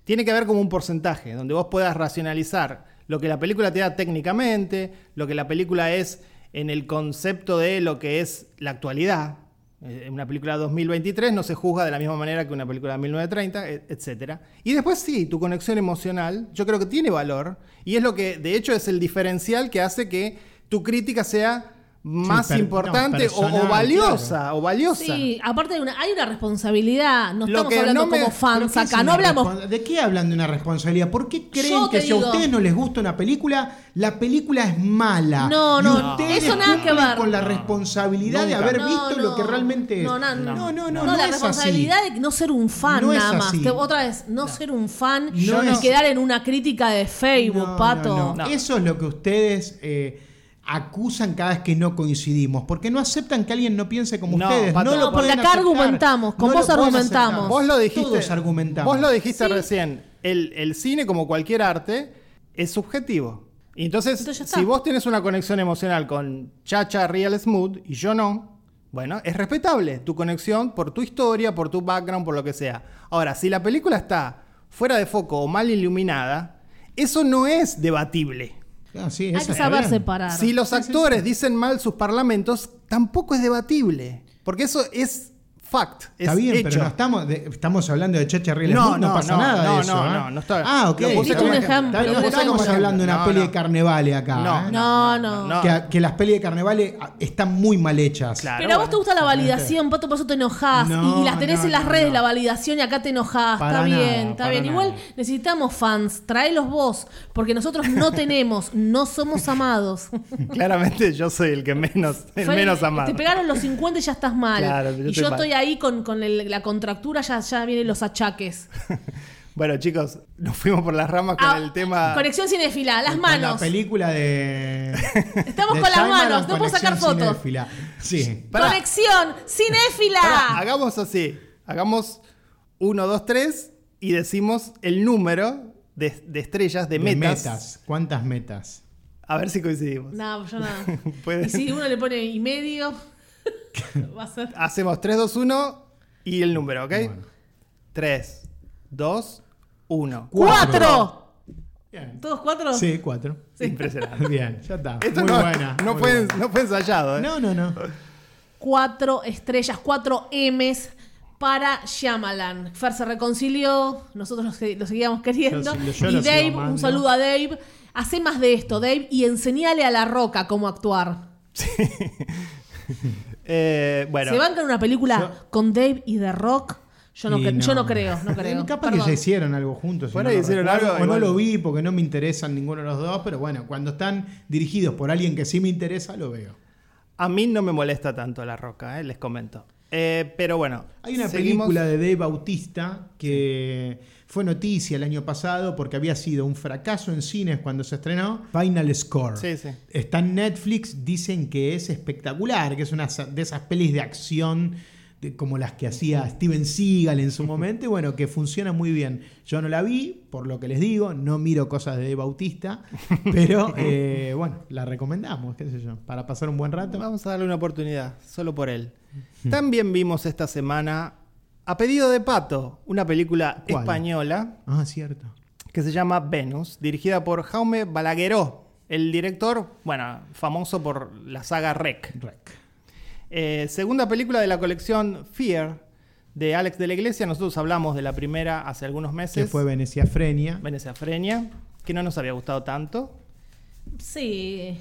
S1: Tiene que haber como un porcentaje donde vos puedas racionalizar lo que la película te da técnicamente, lo que la película es en el concepto de lo que es la actualidad. Eh, Una película 2023 no se juzga de la misma manera que una película de 1930, e- etcétera. Y después sí, tu conexión emocional, yo creo que tiene valor y es lo que de hecho es el diferencial que hace que tu crítica sea más
S3: per- no,
S1: importante o- o,
S3: personal,
S1: valiosa, o valiosa.
S2: Sí, aparte de una, hay una responsabilidad.
S1: Lo
S2: No estamos
S1: que
S2: hablando
S1: no me-
S2: como
S3: ¿Pero
S2: fans
S3: qué es
S2: acá, no
S3: una
S2: hablamos.
S3: respons- ¿De qué hablan de una responsabilidad? ¿Por qué creen
S2: Yo
S3: que
S2: te
S3: si a
S2: digo.
S3: ustedes no les gusta una película, la película es mala?
S2: No,
S3: Y
S2: no,
S3: ustedes
S2: eso nada que
S3: cumplen
S2: ver.
S3: con la responsabilidad de
S1: Nunca.
S3: haber
S2: No,
S3: visto
S2: no.
S3: lo que realmente es.
S2: No, na-
S3: no, no, no,
S2: No,
S3: no
S2: la
S3: es así.
S2: responsabilidad de no ser un fan
S3: No es
S2: nada más.
S3: así.
S2: Te- otra vez, no, ser un fan
S3: No
S2: y
S3: es-
S2: quedar en una crítica de Facebook,
S3: No,
S2: pato.
S3: no, no.
S1: No.
S3: Eso es lo que ustedes eh, acusan cada vez que no coincidimos, porque no aceptan que alguien no piense como
S1: No,
S3: ustedes.
S1: Pato,
S3: no lo
S1: No,
S2: porque
S3: pueden
S2: acá
S3: aceptar.
S2: argumentamos, con
S3: No lo
S2: vos
S3: pueden
S2: argumentamos.
S3: aceptar.
S1: Vos lo dijiste.
S3: Todos argumentamos.
S1: Vos lo dijiste
S2: Sí.
S1: recién. El, el cine, como cualquier arte, es subjetivo. Y entonces,
S2: Entonces ya está.
S1: si vos tenés una conexión emocional con Chacha Real Smooth y yo no, bueno, es respetable tu conexión por tu historia, por tu background, por lo que sea. Ahora, si la película está fuera de foco o mal iluminada, eso no es debatible.
S3: Ah, sí,
S2: Hay
S3: eso
S2: que
S3: está
S2: saber
S3: bien.
S2: separar.
S1: Si los actores dicen mal sus parlamentos, tampoco es debatible. Porque eso es fact. Es
S3: Está bien,
S1: hecho.
S3: pero no estamos, de- estamos hablando de Chacha Real
S1: No,
S3: Smooth, no,
S1: no,
S3: pasa
S1: no,
S3: nada
S1: no,
S3: de eso.
S1: no,
S3: ¿eh?
S1: no, no está-
S3: Ah, ok.
S1: lo puse
S3: está
S2: como
S3: bien.
S2: ejemplo,
S3: Está bien,
S2: lo
S3: No
S2: puse como
S3: estamos hablando de una
S1: ejemplo.
S3: peli
S1: No,
S3: de
S1: no.
S3: carnevale acá.
S1: No,
S3: ¿eh?
S2: No, no.
S3: Que, que las pelis de carnevale ah, están muy mal hechas.
S1: Claro.
S2: Pero a vos te gusta la
S3: Claramente.
S2: validación, Pato, por eso te enojás.
S3: No,
S2: y, y las tenés
S3: no,
S2: en las
S3: no,
S2: redes
S3: no.
S2: la validación y acá te enojás.
S3: Para
S2: está
S3: nada,
S2: bien, está
S3: para
S2: bien.
S3: nada.
S2: Igual necesitamos fans, traelos vos, porque nosotros
S1: <laughs>
S2: no tenemos, no somos amados.
S1: Claramente yo soy el que menos, <laughs> el
S2: Soy-
S1: menos amado.
S2: Te pegaron los 50 y ya estás mal.
S1: Claro, yo
S2: y
S1: estoy
S2: yo
S1: mal.
S2: estoy ahí con, con el- la contractura, ya, ya vienen los achaques.
S1: Bueno, chicos, nos fuimos por las ramas con
S2: Ah,
S1: el tema.
S2: Conexión cinefila, las
S3: Con La
S2: manos.
S3: película de.
S2: <laughs> Estamos
S3: de
S2: con las
S3: Shyamalan
S2: manos, no puedo sacar
S3: Conexión
S2: fotos.
S3: Cinéfila. Sí.
S1: Pará.
S2: Conexión
S1: Pará,
S2: cinéfila.
S1: hagamos así. Hagamos 1, 2, 3 y decimos el número de, de estrellas, de,
S3: De
S1: metas.
S3: ¿Cuántas metas?
S1: A ver si coincidimos.
S2: No, yo nada.
S1: <laughs> Puede-
S2: Y si uno le pone y medio, <laughs> va a ser.
S1: Hacemos 3, 2, 1 y el número, ¿ok? 3, 2, 1.
S2: ¡Cuatro!
S3: Bien.
S2: ¿Todos cuatro?
S3: Sí, cuatro.
S1: Impresionante.
S3: Bien, ya está.
S1: <laughs> Esto
S3: <laughs> muy
S1: no,
S3: buena.
S1: no
S3: muy
S1: fue,
S3: buena.
S1: no fue ensayado, ¿eh?
S3: No, no, no.
S2: Cuatro estrellas, cuatro M's para Shyamalan. Fer se reconcilió, nosotros lo, se- lo seguíamos queriendo.
S3: Yo sí, yo
S2: y
S3: lo sigo
S2: Dave,
S3: amando.
S2: un saludo a Dave. Hacé más de esto, Dave, y enseñale a la roca cómo actuar.
S1: Eh, bueno.
S2: ¿Se bancan una película
S3: Yo-
S2: con Dave y The Rock? Yo no,
S3: Y Eh,
S2: cre- yo no creo,
S3: <laughs>
S2: no creo.
S3: Capaz
S2: Perdón.
S3: que se hicieron algo juntos. si
S1: Por
S3: no
S1: ahí
S3: lo
S1: hicieron
S3: recuerdo,
S1: algo,
S3: O no
S1: igual.
S3: lo vi porque no me interesan ninguno de los dos, pero bueno, cuando están dirigidos por alguien que sí me interesa, lo veo.
S1: A mí no me molesta tanto la roca, eh, les comento. Eh, pero bueno,
S3: Hay una
S1: seguimos.
S3: película de Dave Bautista que fue noticia el año pasado porque había sido un fracaso en cines cuando se estrenó. Final Score.
S1: Sí, sí.
S3: Está en Netflix, dicen que es espectacular, que es una sa- de esas pelis de acción de- como las que hacía Steven Seagal en su momento, y bueno, que funciona muy bien. Yo no la vi, por lo que les digo, no miro cosas de
S1: <laughs>
S3: Dave Bautista, pero eh, bueno, la recomendamos, qué sé yo, para pasar un buen rato.
S1: Vamos a darle una oportunidad, solo por
S3: <laughs>
S1: él. También vimos esta semana, a pedido de Pato, una película
S3: ¿Cuál?
S1: española
S3: Ah, cierto.
S1: que se llama Venus, dirigida por Jaume Balagueró, el director, bueno, famoso por la saga Rec.
S3: Rec.
S1: Eh, segunda película de la colección Fear de Alex de la Iglesia. Nosotros hablamos de la primera hace algunos
S3: Que
S1: meses.
S3: fue Venecia Frenia.
S1: Venecia Frenia, que no nos había gustado tanto.
S2: Sí.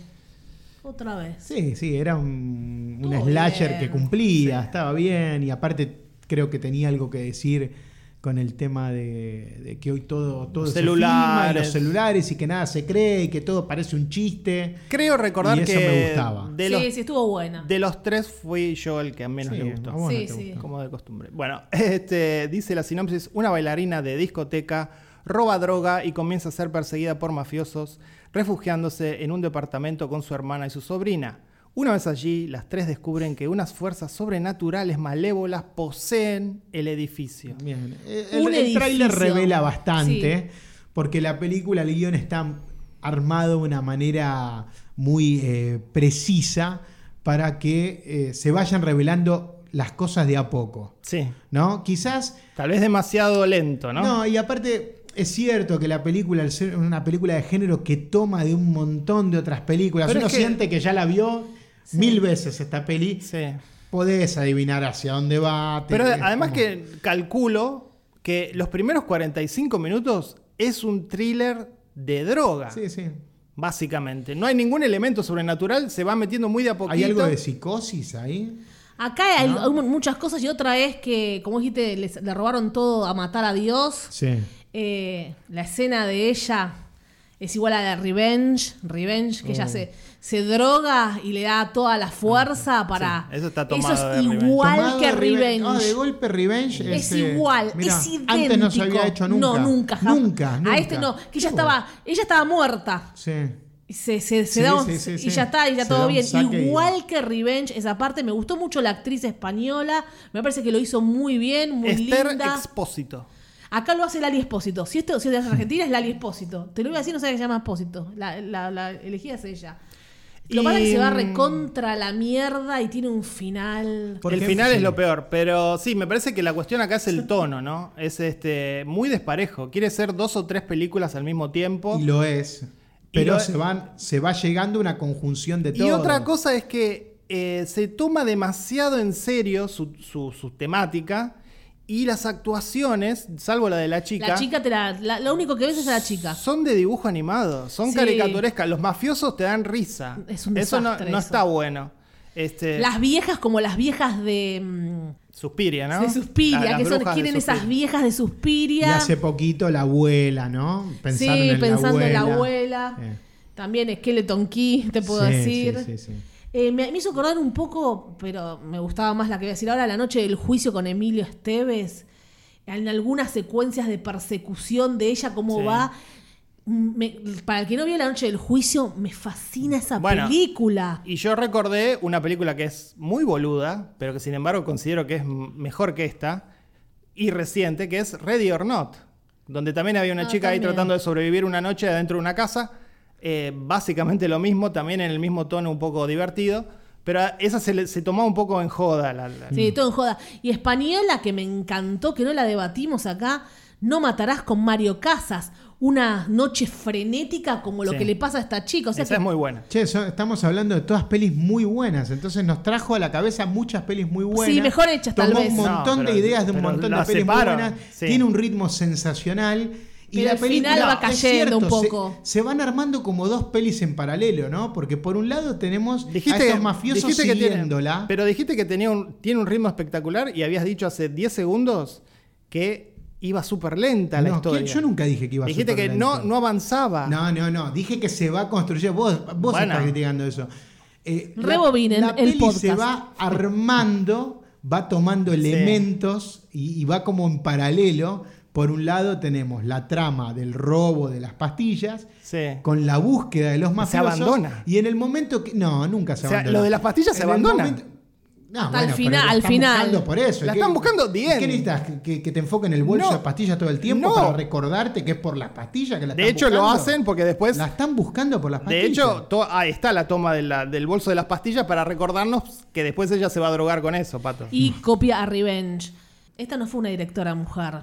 S2: Otra vez.
S3: Sí, sí, era un, un
S2: Estuvo
S3: slasher
S2: bien.
S3: que cumplía, estaba bien y aparte creo que tenía algo que decir con el tema de, de que hoy todo, todo
S1: Los
S3: se filma y
S1: celulares.
S3: los celulares y que nada se cree y que todo parece un chiste.
S1: Creo recordar
S3: Y eso
S1: que
S3: me gustaba.
S1: De,
S2: sí,
S1: los,
S2: sí, estuvo buena.
S1: de los tres fui yo el que menos
S3: Sí,
S1: le gustó.
S3: a vos
S2: Sí,
S3: te
S2: sí.
S3: gustó.
S1: Como de costumbre. Bueno, <laughs> este, dice la sinopsis, una bailarina de discoteca roba droga y comienza a ser perseguida por mafiosos, refugiándose en un departamento con su hermana y su sobrina. Una vez allí, las tres descubren que unas fuerzas sobrenaturales malévolas poseen el edificio.
S3: Bien. Eh, El,
S2: Un
S3: el tráiler
S2: edificio.
S3: revela bastante, porque la película, el guión está armado de una manera muy eh, precisa para que eh, se vayan revelando las cosas de a poco.
S1: Sí,
S3: ¿No? Quizás
S1: tal vez demasiado lento, ¿no?
S3: ¿no? y aparte es cierto que la película, al ser una película de género que toma de un montón de otras películas,
S1: Pero
S3: uno
S1: es que-
S3: siente que ya la vio mil veces esta peli,
S1: Sí.
S3: podés adivinar hacia dónde va. te-
S1: Pero
S3: es
S1: además
S3: como-
S1: que calculo que los primeros 45 minutos es un thriller de droga.
S3: Sí, sí.
S1: Básicamente. No hay ningún elemento sobrenatural, se va metiendo muy de a poquito.
S3: ¿Hay algo de psicosis ahí?
S2: Acá hay, hay muchas cosas y otra es que, como dijiste, les- le robaron todo a matar a Dios.
S3: Sí.
S2: Eh, la escena de ella es igual a la de Revenge, Revenge, que
S1: Mm.
S2: ella se, se droga y le da toda la fuerza para.
S1: Ah, eso está tomado
S2: Eso
S1: de
S2: es
S1: Revenge.
S2: igual que
S3: Revenge.
S2: Revenge.
S3: Ah, de golpe Revenge
S2: Es
S3: eh,
S2: igual,
S3: mirá,
S2: es idéntico.
S3: Antes no se había hecho nunca.
S2: No, nunca, jamás.
S3: Nunca, nunca.
S2: A este no, que ella
S3: Qué
S2: estaba, ella estaba muerta.
S3: Sí.
S2: Y se, se- se
S3: Sí,
S2: da un-
S3: sí, sí,
S2: y
S3: sí.
S2: ya está, y ya
S3: Se da
S2: todo
S3: un
S2: bien.
S3: saque y-
S2: Igual que Revenge, esa parte me gustó mucho la actriz española. Me parece que lo hizo muy bien, muy
S1: Esther
S2: linda.
S1: Expósito.
S2: Acá lo hace Lali Espósito. Si esto si es de Argentina, es Lali Espósito. Te lo iba a decir, no sé que se llama Espósito. La, la, la elegida es ella. Lo que pasa es que se va recontra la mierda y tiene un final.
S3: Por
S1: el
S3: ejemplo,
S1: final
S3: sí.
S1: es lo peor, pero sí, me parece que la cuestión acá es el tono, ¿no? Es este muy desparejo. Quiere ser dos o tres películas al mismo tiempo.
S3: Y lo es. Pero
S1: lo-
S3: se, van, se va llegando una conjunción de todo.
S1: Y otra cosa es que eh, se toma demasiado en serio su, su- su temática y las actuaciones, salvo la de la chica,
S2: La chica te la, la- Lo único que ves es a la chica.
S1: son de dibujo animado, son
S2: Sí.
S1: caricaturescas. Los mafiosos te dan risa.
S2: Es un
S1: eso no,
S2: desastre
S1: no
S2: eso.
S1: está bueno. Este,
S2: Las viejas como las viejas de. mm,
S1: Suspiria, ¿no?
S2: De Suspiria,
S1: La- las
S2: que son,
S1: brujas de
S2: quieren esas
S1: Suspiria.
S2: viejas de
S3: Y
S2: Suspiria.
S3: hace poquito la abuela, ¿no?
S2: sí,
S3: Pensaron en
S2: pensando
S3: la abuela.
S2: en la abuela.
S3: Eh.
S2: También Skeleton Key, te puedo
S3: Sí,
S2: decir.
S3: Sí, sí, sí.
S2: Eh, me, me hizo acordar un poco, pero me gustaba más la que voy a decir ahora, la noche del juicio con Emilio Esteves, en algunas secuencias de persecución de ella, cómo
S1: Sí.
S2: va. Mm, Me- para el que no vio la noche del juicio, me fascina esa
S1: Bueno,
S2: película.
S1: Y yo recordé una película que es muy boluda, pero que sin embargo considero que es m- mejor que esta, y reciente, que es Ready or Not, donde también había una
S2: Ah,
S1: chica ahí
S2: también.
S1: tratando de sobrevivir una noche adentro de una casa, eh, básicamente lo mismo, también en el mismo tono un poco divertido, pero a- esa se, le- se tomaba un poco en joda. la- la-
S2: Sí, todo en joda. Y española, que me encantó, que no la debatimos acá, No Matarás con Mario Casas, una noche frenética como lo
S1: Sí.
S2: que le pasa a esta chica. O sea
S1: esa
S2: que
S1: es muy buena.
S3: Che, so- estamos hablando de todas pelis muy buenas, entonces nos trajo a la cabeza muchas pelis muy buenas.
S2: Sí, mejor hechas, tal
S3: Tomó
S2: vez.
S3: un montón
S1: No,
S3: de
S1: pero-
S3: ideas de un
S1: pero
S3: montón de
S1: la
S3: pelis
S1: separo,
S3: muy buenas.
S1: sí.
S3: Tiene un ritmo sensacional. Y
S2: Pero
S3: la
S2: al
S3: película
S2: final va
S3: es
S2: cayendo un
S3: cierto, se-
S2: poco.
S3: Se, van armando como dos pelis en paralelo, ¿no? Porque por un lado tenemos a estos mafiosos
S1: dijiste que tiene-
S3: siguiéndola.
S1: pero dijiste que tenía un, tiene un ritmo espectacular y habías dicho hace 10 segundos que iba súper lenta la
S3: No,
S1: historia.
S3: ¿quién- yo nunca dije que iba
S1: Dijiste que
S3: superlento.
S1: no, no avanzaba.
S3: No, no, no. Dije que se va a construir. Vos, vos
S1: Bueno.
S3: estás criticando eso. Eh, la-
S2: Rebobinen
S3: la,
S2: el
S3: peli se
S2: podcast.
S3: va armando, va tomando elementos y, y va como en paralelo. Por un lado tenemos la trama del robo de las pastillas
S1: Sí.
S3: con la búsqueda de los mafiosos.
S1: abandona.
S3: Y en el momento que no, nunca se
S1: O sea,
S3: abandona.
S1: lo de las pastillas se
S3: En el
S1: abandona.
S3: No,
S2: Al
S3: bueno, pero
S2: final-
S3: la
S2: al
S3: están
S2: final.
S3: buscando por eso.
S1: La
S3: ¿Qué-
S1: están buscando bien.
S3: ¿Qué necesitas? ¿Que- ¿Que, que te enfoquen el bolso
S1: No.
S3: de pastillas todo el tiempo
S1: No.
S3: para recordarte que es por las pastillas que la
S1: De
S3: están
S1: hecho, lo
S3: buscando?
S1: hacen porque después.
S3: La están buscando por las pastillas.
S1: De hecho, to- ahí está la toma de la- del bolso de las pastillas para recordarnos que después ella se va a drogar con eso, pato.
S2: Y copia a Revenge. Esta no fue una directora mujer.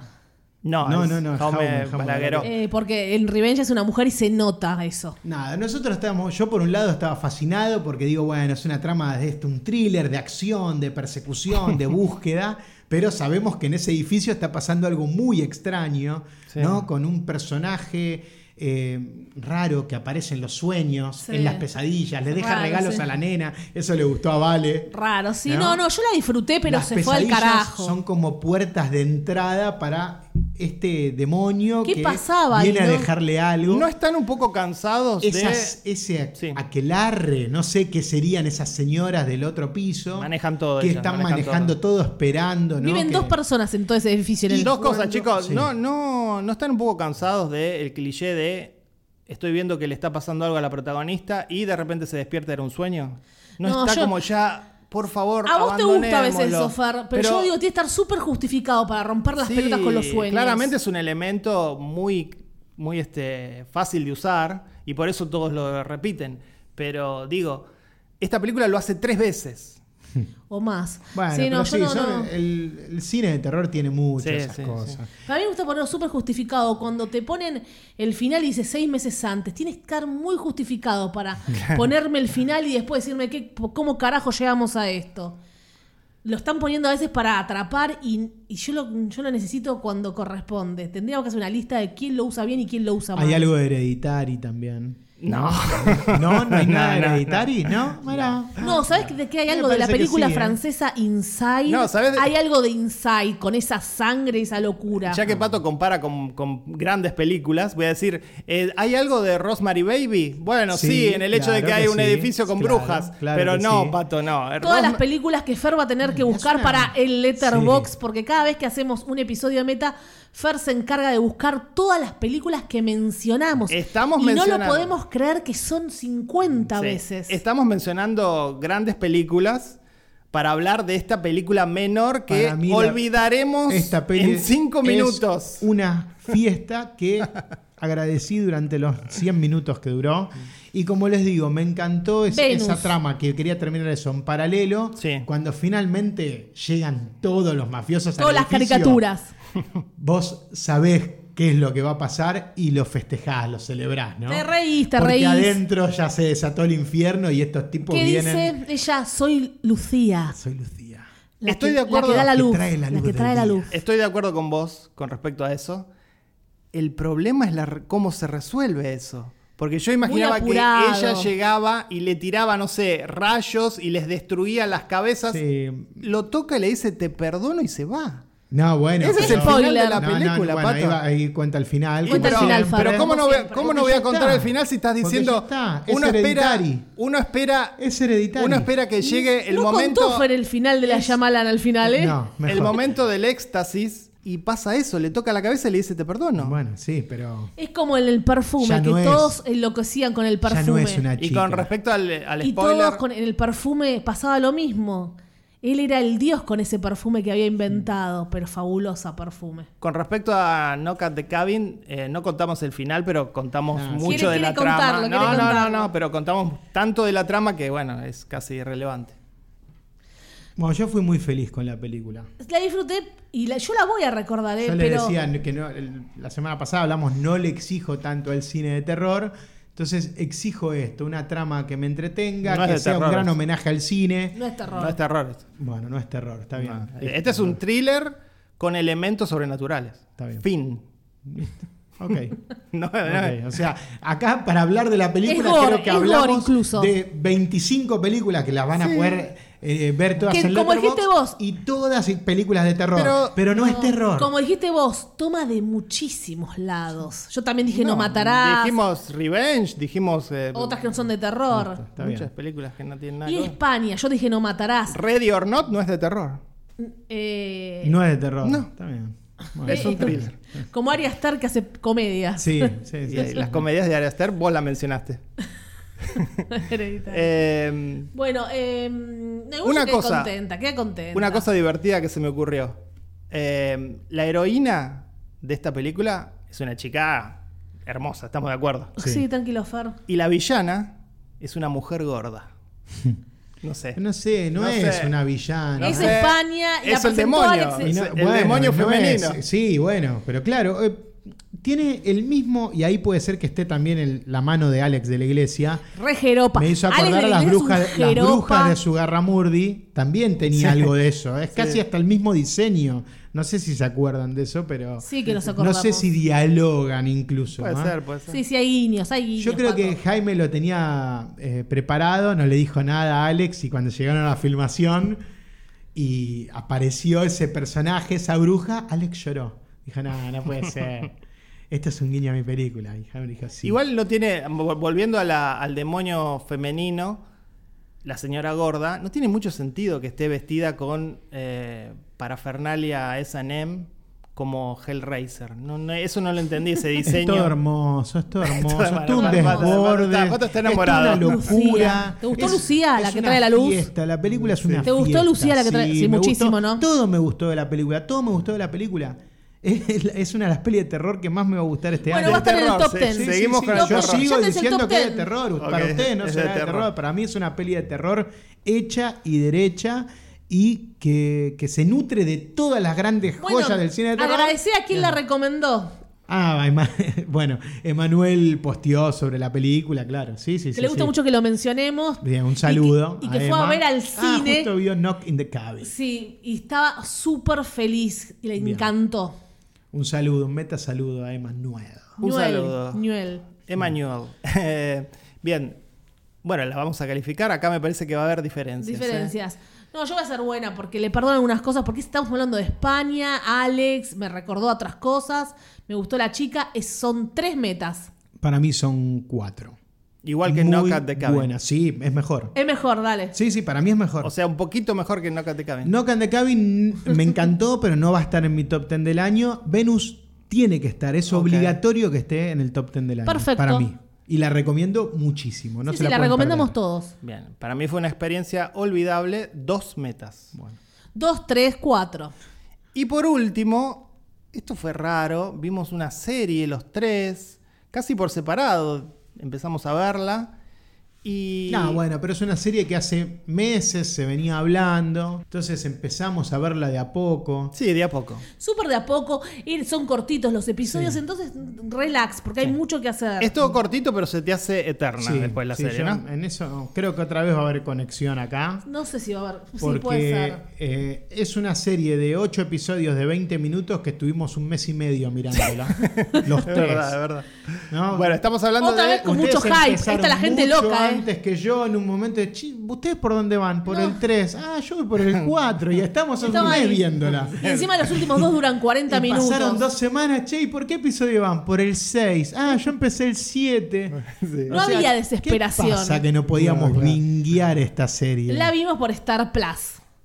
S1: No,
S3: No,
S1: es
S3: no, no,
S1: Jaume
S3: Jaume, Jaume
S1: Balagueró.
S2: Eh, porque en Revenge es una mujer y se nota eso.
S3: Nada, nosotros estábamos, yo por un lado estaba fascinado porque digo, bueno, es una trama de esto, un thriller de acción, de persecución, <laughs> de búsqueda, pero sabemos que en ese edificio está pasando algo muy extraño,
S1: Sí.
S3: ¿no? Con un personaje eh, raro que aparece en los sueños,
S2: Sí.
S3: en las pesadillas, le deja
S2: Raro,
S3: regalos
S2: sí.
S3: a la nena, eso le gustó a Vale.
S2: Raro, sí.
S3: ¿No?
S2: No, no, yo la disfruté, pero
S3: Las
S2: se fue al
S3: pesadillas
S2: carajo.
S3: Son como puertas de entrada para este demonio
S2: ¿Qué
S3: que
S2: pasaba ahí,
S3: viene a
S2: no?
S3: dejarle algo.
S1: Eh, ¿No están un poco cansados
S3: Esas, ese a-
S1: Sí.
S3: aquelarre, no sé qué serían esas señoras del otro piso.
S1: de. Manejan todo.
S3: que
S1: ellas,
S3: están
S1: manejan
S3: manejando
S1: todo.
S3: todo, esperando. ¿no?
S2: Viven
S3: Que-
S2: dos personas en todo ese edificio. En
S1: Y
S2: el-
S1: dos cosas,
S3: cuando-
S1: chicos.
S3: sí.
S1: No, no, no están un poco cansados del cliché de estoy viendo que le está pasando algo a la protagonista y de repente se despierta era un sueño. No,
S2: No,
S1: está
S2: yo-
S1: como ya, por favor,
S2: A vos te gusta a veces el
S1: abandonémoslo.
S2: sofer, pero, yo digo, tiene que estar súper justificado para romper las
S1: sí,
S2: pelotas con los sueños.
S1: Claramente es un elemento muy, muy este, fácil de usar y por eso todos lo repiten. Pero digo, esta película lo hace tres veces.
S2: O más.
S3: Bueno,
S2: Sí, no,
S3: pero
S2: yo
S3: sí,
S2: no-
S3: son-
S2: no.
S3: El, el cine de terror tiene muchas
S1: Sí,
S3: esas
S1: sí,
S3: cosas.
S2: A mí me gusta ponerlo súper justificado. Cuando te ponen el final y dice seis meses antes, tienes que estar muy justificado
S3: <laughs>
S2: para ponerme el final y después decirme qué, cómo carajo llegamos a esto. Lo están poniendo a veces para atrapar y, y yo, lo, yo lo necesito cuando corresponde. Tendríamos que hacer una lista de quién lo usa bien y quién lo usa mal.
S3: Hay algo de
S1: <laughs>
S3: hereditary también.
S1: No.
S3: No, no hay
S1: No,
S3: nada de
S1: no,
S3: hereditary, ¿no? Mirá.
S2: No, ¿sabes que- de qué hay
S3: Me
S2: algo de la
S3: parece que
S2: película
S3: sí, ¿eh?
S2: francesa Inside?
S1: No, ¿sabes de-
S2: Hay algo de Inside con esa sangre y esa locura.
S1: Ya que Pato compara con, con grandes películas, voy a decir, eh, ¿hay algo de Rosemary Baby? Bueno, sí,
S3: Sí,
S1: en el hecho de
S3: claro
S1: que hay
S3: que
S1: un
S3: sí,
S1: edificio con
S3: claro,
S1: brujas,
S3: claro
S1: pero
S3: que
S1: no,
S3: sí.
S1: Pato, no.
S2: Todas las
S1: Rosem-
S2: películas que Fer va a tener
S3: Mm,
S2: que buscar
S3: una-
S2: para el Letterbox,
S3: Sí.
S2: porque cada vez que hacemos un episodio de Meta, Fer se encarga de buscar todas las películas que mencionamos.
S1: Estamos
S2: y no lo
S1: mencionando.
S2: podemos creer que son 50
S1: Sí.
S2: veces.
S1: Estamos mencionando grandes películas para hablar de esta película menor que
S3: Para mí la-
S1: olvidaremos
S3: Esta peli
S1: en cinco
S3: es
S1: minutos.
S3: una fiesta que agradecí durante los 100 minutos que duró. Y como les digo, me encantó es-
S2: Venus.
S3: esa trama que quería terminar eso en paralelo.
S1: Sí.
S3: Cuando finalmente llegan todos los mafiosos al
S2: Todas las
S3: edificio,
S2: caricaturas.
S3: Vos sabés qué es lo que va a pasar y lo festejás, lo celebrás, ¿no?
S2: Te reís, te
S3: Porque
S2: reís.
S3: adentro ya se desató el infierno y estos tipos
S2: ¿Qué
S3: vienen.
S2: dice ella? Soy Lucía.
S3: Soy Lucía.
S2: La
S1: Estoy
S2: que-
S1: de acuerdo. Eh,
S2: La que da la
S1: La que
S2: luz.
S3: trae la luz
S2: que
S3: del
S2: trae la
S3: día.
S2: luz.
S1: Estoy de acuerdo con vos con respecto a eso. El problema es la re- cómo se resuelve eso. Porque yo imaginaba que
S2: apurado.
S1: ella llegaba y le tiraba, no sé, rayos y les destruía las cabezas.
S3: Sí.
S1: Lo toca y le dice, te perdono y se va.
S3: No, bueno.
S1: Ese es el
S3: pero-
S1: final de
S2: Spoiler.
S1: la
S3: No, no,
S1: película,
S3: bueno,
S1: Pato.
S3: ahí, va- ahí cuenta el final.
S2: Cuenta
S3: como
S2: el final,
S3: siempre.
S1: Pero ¿cómo no voy, a-
S2: Como
S1: cómo
S3: siempre.
S1: no voy a
S3: Porque ya
S1: contar el
S3: está.
S1: final si estás
S3: Porque
S1: diciendo
S3: ya está. Es
S1: uno espera,
S3: hereditario.
S1: uno espera,
S3: Es hereditario.
S1: uno espera que llegue el
S2: no
S1: momento,
S2: contó Fer el final de la Yamalan al final, ¿eh?
S3: No, mejor.
S1: el momento del éxtasis y pasa eso, le toca la cabeza y le dice te perdono.
S3: Bueno, sí, pero.
S2: Es como el, el perfume,
S3: Ya no
S2: que
S3: es-
S2: todos enloquecían con el perfume.
S3: Ya no es una
S1: y
S3: chica.
S1: con respecto al, al
S2: y
S1: spoiler,
S2: todos con en el perfume pasaba lo mismo. Él era el dios con ese perfume que había
S1: Mm.
S2: inventado, pero fabulosa perfume.
S1: con respecto a Knock at the Cabin, eh, no contamos el final, pero contamos
S3: Ah, sí.
S1: mucho
S2: Quiere-
S1: de la
S2: quiere
S1: trama.
S2: contarlo, quiere
S1: No, no, no,
S2: contarlo.
S1: no, pero contamos tanto de la trama que bueno, es casi irrelevante.
S3: Bueno, yo fui muy feliz con la película.
S2: La disfruté y la- yo la voy a recordar, ¿eh?
S3: Yo le
S2: pero
S3: decía que no- el- la semana pasada hablamos, no le exijo tanto al cine de terror. Entonces exijo esto, una trama que me entretenga,
S1: No es
S3: que
S1: de
S3: sea
S1: terror.
S3: un gran homenaje al cine.
S2: no es terror.
S1: No es terror. esto.
S3: Bueno, no es terror, está bien.
S1: Este es un thriller con elementos sobrenaturales.
S3: Está bien.
S1: Fin. <laughs>
S3: Ok.
S1: No, no,
S3: Ok, O sea, acá para hablar de la película
S2: Es gore,
S3: creo que
S2: es gore
S3: hablamos
S2: incluso.
S3: de 25 películas que las van a poder eh, ver todas
S2: Que
S3: en
S2: como
S3: Letterboxd
S2: dijiste vos.
S3: y todas y películas de terror,
S1: Pero-
S3: pero, no, es terror.
S2: Como dijiste vos, toma de muchísimos lados. Yo también dije no, matarás,
S1: Dijimos Revenge, dijimos eh,
S2: otras que no son de terror.
S3: Está
S1: muchas
S3: bien.
S1: películas que no tienen nada.
S2: Y
S1: que ver.
S2: España, yo dije no matarás.
S1: Ready or Not no es de terror.
S2: Eh,
S3: No es de terror.
S1: No.
S3: Está bien. Bueno,
S1: Es un thriller.
S2: Como Arya Stark que hace comedias. <laughs>
S3: Sí, sí, sí.
S1: Y, eh, las comedias de Ari Aster, vos la mencionaste.
S2: Hereditario.
S1: Eh,
S2: bueno, eh, una
S1: una
S2: queda
S1: cosa-
S2: contenta, queda contenta.
S1: una cosa divertida que se me ocurrió. Eh, la heroína de esta película es una chica hermosa, estamos de acuerdo.
S2: Sí,
S3: Sí.
S2: tranquilo, Fer.
S1: Y la villana es una mujer
S3: <laughs>
S1: gorda. No sé.
S3: No sé, no,
S1: No
S3: es
S1: sé.
S3: una villana.
S2: es
S1: sé.
S2: España. la
S1: Es el
S2: presentó
S1: demonio.
S2: Alex-
S1: Y no-
S3: es
S1: el demonio
S3: es-
S1: femenino.
S3: sí, bueno, pero claro, eh, tiene el mismo, y ahí puede ser que esté también el- la mano de Alex de la iglesia.
S2: Re jeropa.
S3: Me hizo acordar
S2: Alex
S3: a
S2: de
S3: las
S2: Iglesia es un
S3: brujas, las
S2: jeropa.
S3: brujas de Sugarramurdi. También tenía algo de eso. ¿eh? Es casi hasta el mismo diseño. No sé si se acuerdan de eso, pero.
S2: Sí, que nos
S3: no
S2: acordamos.
S3: sé si dialogan incluso.
S1: Puede
S3: ¿ah?
S1: ser, puede ser.
S2: Sí, sí, hay guiños, hay guiños.
S3: Yo creo
S2: Paco.
S3: que Jaime lo tenía eh, preparado, no le dijo nada a Alex y cuando llegaron a la filmación y apareció ese personaje, esa bruja, Alex lloró. Dijo, no,
S2: <laughs>
S3: no puede ser. Esto es un guiño a mi película. Y Hammer dijo, sí.
S1: Igual no tiene, vol- volviendo a la- al demonio femenino, la señora gorda, no tiene mucho sentido que esté vestida con eh, parafernalia S&M como Hellraiser. No, no, eso no lo entendí, ese
S3: <laughs> Es
S1: diseño.
S3: todo hermoso, es todo hermoso. es todo un
S1: Marta, Marta,
S3: desborde.
S1: Marta, Marta está
S3: es toda
S1: enamorada.
S3: una locura.
S2: Lucía. ¿Te gustó
S3: Es-
S2: Lucía, la
S3: es
S2: que
S3: una
S2: trae la luz?
S3: Fiesta. La película es una
S2: ¿Te gustó
S3: fiesta,
S2: Lucía, la que trae- sí,
S3: me
S2: muchísimo,
S3: gustó.
S2: ¿no?
S3: Todo me gustó de la película. Todo me gustó de la película. Es, es una de las pelis de terror que más me va a gustar este
S2: Bueno,
S3: año.
S2: va a estar en el
S1: terror,
S2: top
S1: sí,
S2: 10.
S1: sí, seguimos con el
S2: No, pero
S3: yo
S1: terror.
S2: ya
S3: sigo
S2: tenés el
S3: diciendo
S2: top
S3: que es de
S2: 10.
S3: terror.
S1: Ok,
S3: Para ustedes no
S1: es
S3: será
S1: de
S3: de terror.
S1: terror.
S3: Para mí es una peli de terror hecha y derecha y que, que se nutre de todas las grandes
S2: Bueno,
S3: joyas del cine de terror.
S2: agradecí a quien la recomendó.
S3: Ah, Ema- <laughs> bueno, Emanuel posteó sobre la película, claro. Sí, sí,
S2: Que
S3: sí.
S2: le gusta
S3: sí.
S2: mucho que lo mencionemos.
S3: Bien, un saludo.
S2: Y que, y que fue a
S3: Emma.
S2: ver al
S3: Ah,
S2: cine.
S3: justo vio Knock in the Cabin.
S2: sí, y estaba súper feliz. Y le
S3: Bien.
S2: encantó.
S3: Un saludo, un meta saludo a Emanuel.
S1: Un
S2: Ñuel,
S1: saludo.
S2: Ñuel.
S1: Emmanuel. <laughs> Eh, bien. Bueno, la vamos a calificar. Acá me parece que va a haber diferencias. ¿eh?
S2: Diferencias. No, yo voy a ser buena porque le perdono algunas cosas. Porque estamos hablando de España, Alex me recordó otras cosas. Me gustó la chica. Es- son tres metas.
S3: Para mí son cuatro.
S1: Igual que
S3: Muy
S1: Knock at the Cabin.
S3: Buena, sí, es mejor.
S2: Es mejor, dale.
S3: Sí, sí, para mí es mejor.
S1: O sea, un poquito mejor que Knock at the Cabin.
S3: Knock and the Cabin
S2: <laughs>
S3: me encantó, pero no va a estar en mi top 10 del año. Venus tiene que estar, es
S1: Ok.
S3: obligatorio que esté en el top 10 del año.
S2: Perfecto.
S3: Para mí. Y la recomiendo muchísimo. No
S2: Sí,
S3: se
S2: sí, la,
S3: pueden
S2: recomendamos
S3: perder.
S2: todos.
S1: Bien. Para mí fue una experiencia olvidable. Dos metas.
S3: Bueno.
S2: Dos, tres, cuatro.
S1: Y por último, esto fue raro, vimos una serie los tres, casi por separado, empezamos a verla y
S3: No, Ah, bueno, pero es una serie que hace meses se venía hablando. Entonces empezamos a verla de a poco.
S1: sí, de a poco.
S2: Súper de a poco, y son cortitos los episodios, entonces relax, porque hay mucho que hacer.
S1: Es todo cortito, pero se te hace eterna
S3: Sí,
S1: después la
S3: sí,
S1: serie,
S3: yo
S1: ¿no?
S3: En eso creo que otra vez va a haber conexión acá.
S2: No sé si va a haber.
S3: Porque
S2: Sí, puede ser.
S3: <laughs> eh, es una serie de 8 episodios de 20 minutos que estuvimos un mes y medio
S2: <laughs>
S3: mirándola. los
S1: Es
S3: tres.
S1: verdad, es verdad.
S3: ¿no?
S1: Bueno, estamos hablando
S2: Otra
S1: de <laughs>
S2: vez con
S3: Ustedes
S2: mucho hype. Ahí está la
S3: empezaron
S2: gente
S3: mucho
S2: loca, ¿eh?
S3: Antes que yo, en un momento de, "Chi, ¿ustedes por dónde van? Por
S2: No.
S3: el 3. Ah, yo voy por el 4.
S2: <laughs>
S3: Y estamos hace un
S2: Estaba
S3: mes
S2: ahí.
S3: viéndola.
S2: Y encima los últimos dos duran 40
S3: Y
S2: minutos.
S3: Pasaron dos semanas, che, ¿y por qué episodio van? Por el 6. Ah, yo empecé
S1: <laughs>
S3: el 7.
S2: No había desesperación.
S3: ¿Qué pasa que no podíamos
S1: No, claro.
S3: binguear esta serie?
S2: La vimos por Star Plus.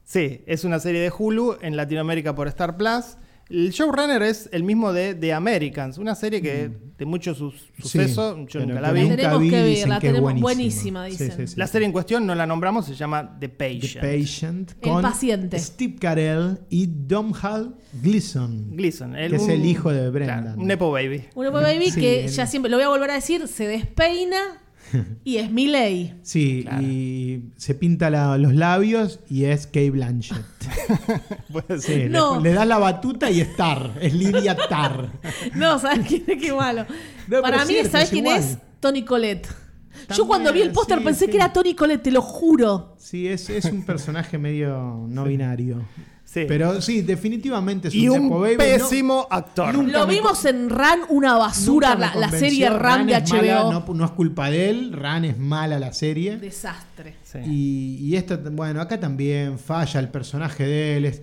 S1: Sí, es una serie de Hulu en Latinoamérica por Star Plus. El showrunner es el mismo de The Americans, una serie que de mucho su- suceso, yo
S3: Mm. pero
S1: nunca la
S3: que
S1: vi.
S2: La tenemos
S3: vi,
S2: que ver,
S3: dicen
S2: la
S3: es
S2: tenemos buenísima,
S3: Sí,
S2: dicen.
S3: sí, sí.
S1: La serie en cuestión no la nombramos, se llama The
S3: The
S1: Patient.
S3: Patient
S2: El paciente.
S3: Steve Carell y Domhnall Gleeson.
S1: Gleason.
S3: Que es el hijo de Brendan.
S1: Claro, un Nepo
S3: <laughs>
S1: Baby.
S2: Una Boy Baby
S3: Sí,
S2: que
S3: el-
S2: ya siempre, lo voy a volver a decir, se
S3: <laughs>
S2: despeina y es Miley.
S3: Sí, y se pinta la- los labios y es Kate Blanchett.
S2: <laughs>
S1: Puede ser.
S3: Sí,
S2: No.
S3: le, le da la batuta y es Tar. Es Lidia Tar.
S2: <laughs> No, ¿sabes quién es? Qué malo.
S3: pero
S2: Para
S3: es
S2: mí,
S3: cierto,
S2: ¿sabes
S3: es
S2: quién
S3: igual.
S2: es? Tony Colette. Yo
S3: También,
S2: cuando vi el póster
S3: sí,
S2: pensé
S3: sí.
S2: que era Tony Colette, te lo juro.
S3: Sí, es, es un personaje medio no binario.
S1: Sí.
S3: Pero sí, definitivamente es
S1: y
S3: un,
S1: un
S3: Nepo Baby, ¿no?
S1: pésimo actor.
S3: Nunca
S2: Lo
S3: me
S2: vimos en RAN, una basura,
S3: Nunca me
S2: la, la
S3: convenció.
S2: serie RAN de
S3: es
S2: HBO.
S3: mala, no, no es culpa de él, Ran es mala la serie.
S2: Desastre.
S1: Sí.
S3: Y, y esta, bueno, acá también falla el personaje de él, es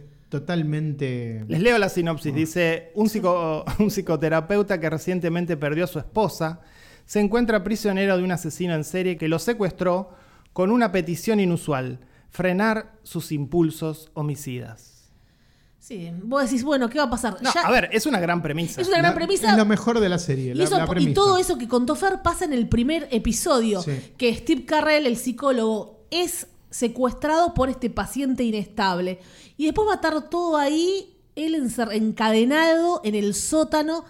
S3: totalmente...
S1: Les leo la sinopsis. Dice, un, psico- <laughs> un psicoterapeuta que recientemente perdió a su esposa se encuentra prisionero de un asesino en serie que lo secuestró con una petición inusual, frenar sus impulsos homicidas.
S2: Sí, vos decís, bueno, ¿qué va a pasar?
S1: No,
S2: Ya-
S1: a ver, es una gran premisa.
S2: Es una gran
S3: La-
S2: premisa.
S3: Es lo mejor de la serie,
S2: y
S3: la,
S2: eso-
S3: la
S2: y
S3: premisa.
S2: todo eso que contó Fer pasa en el primer episodio,
S3: Sí.
S2: que Steve Carrell, el psicólogo, es secuestrado por este paciente inestable. Y después va a estar todo ahí, él encer- encadenado en el sótano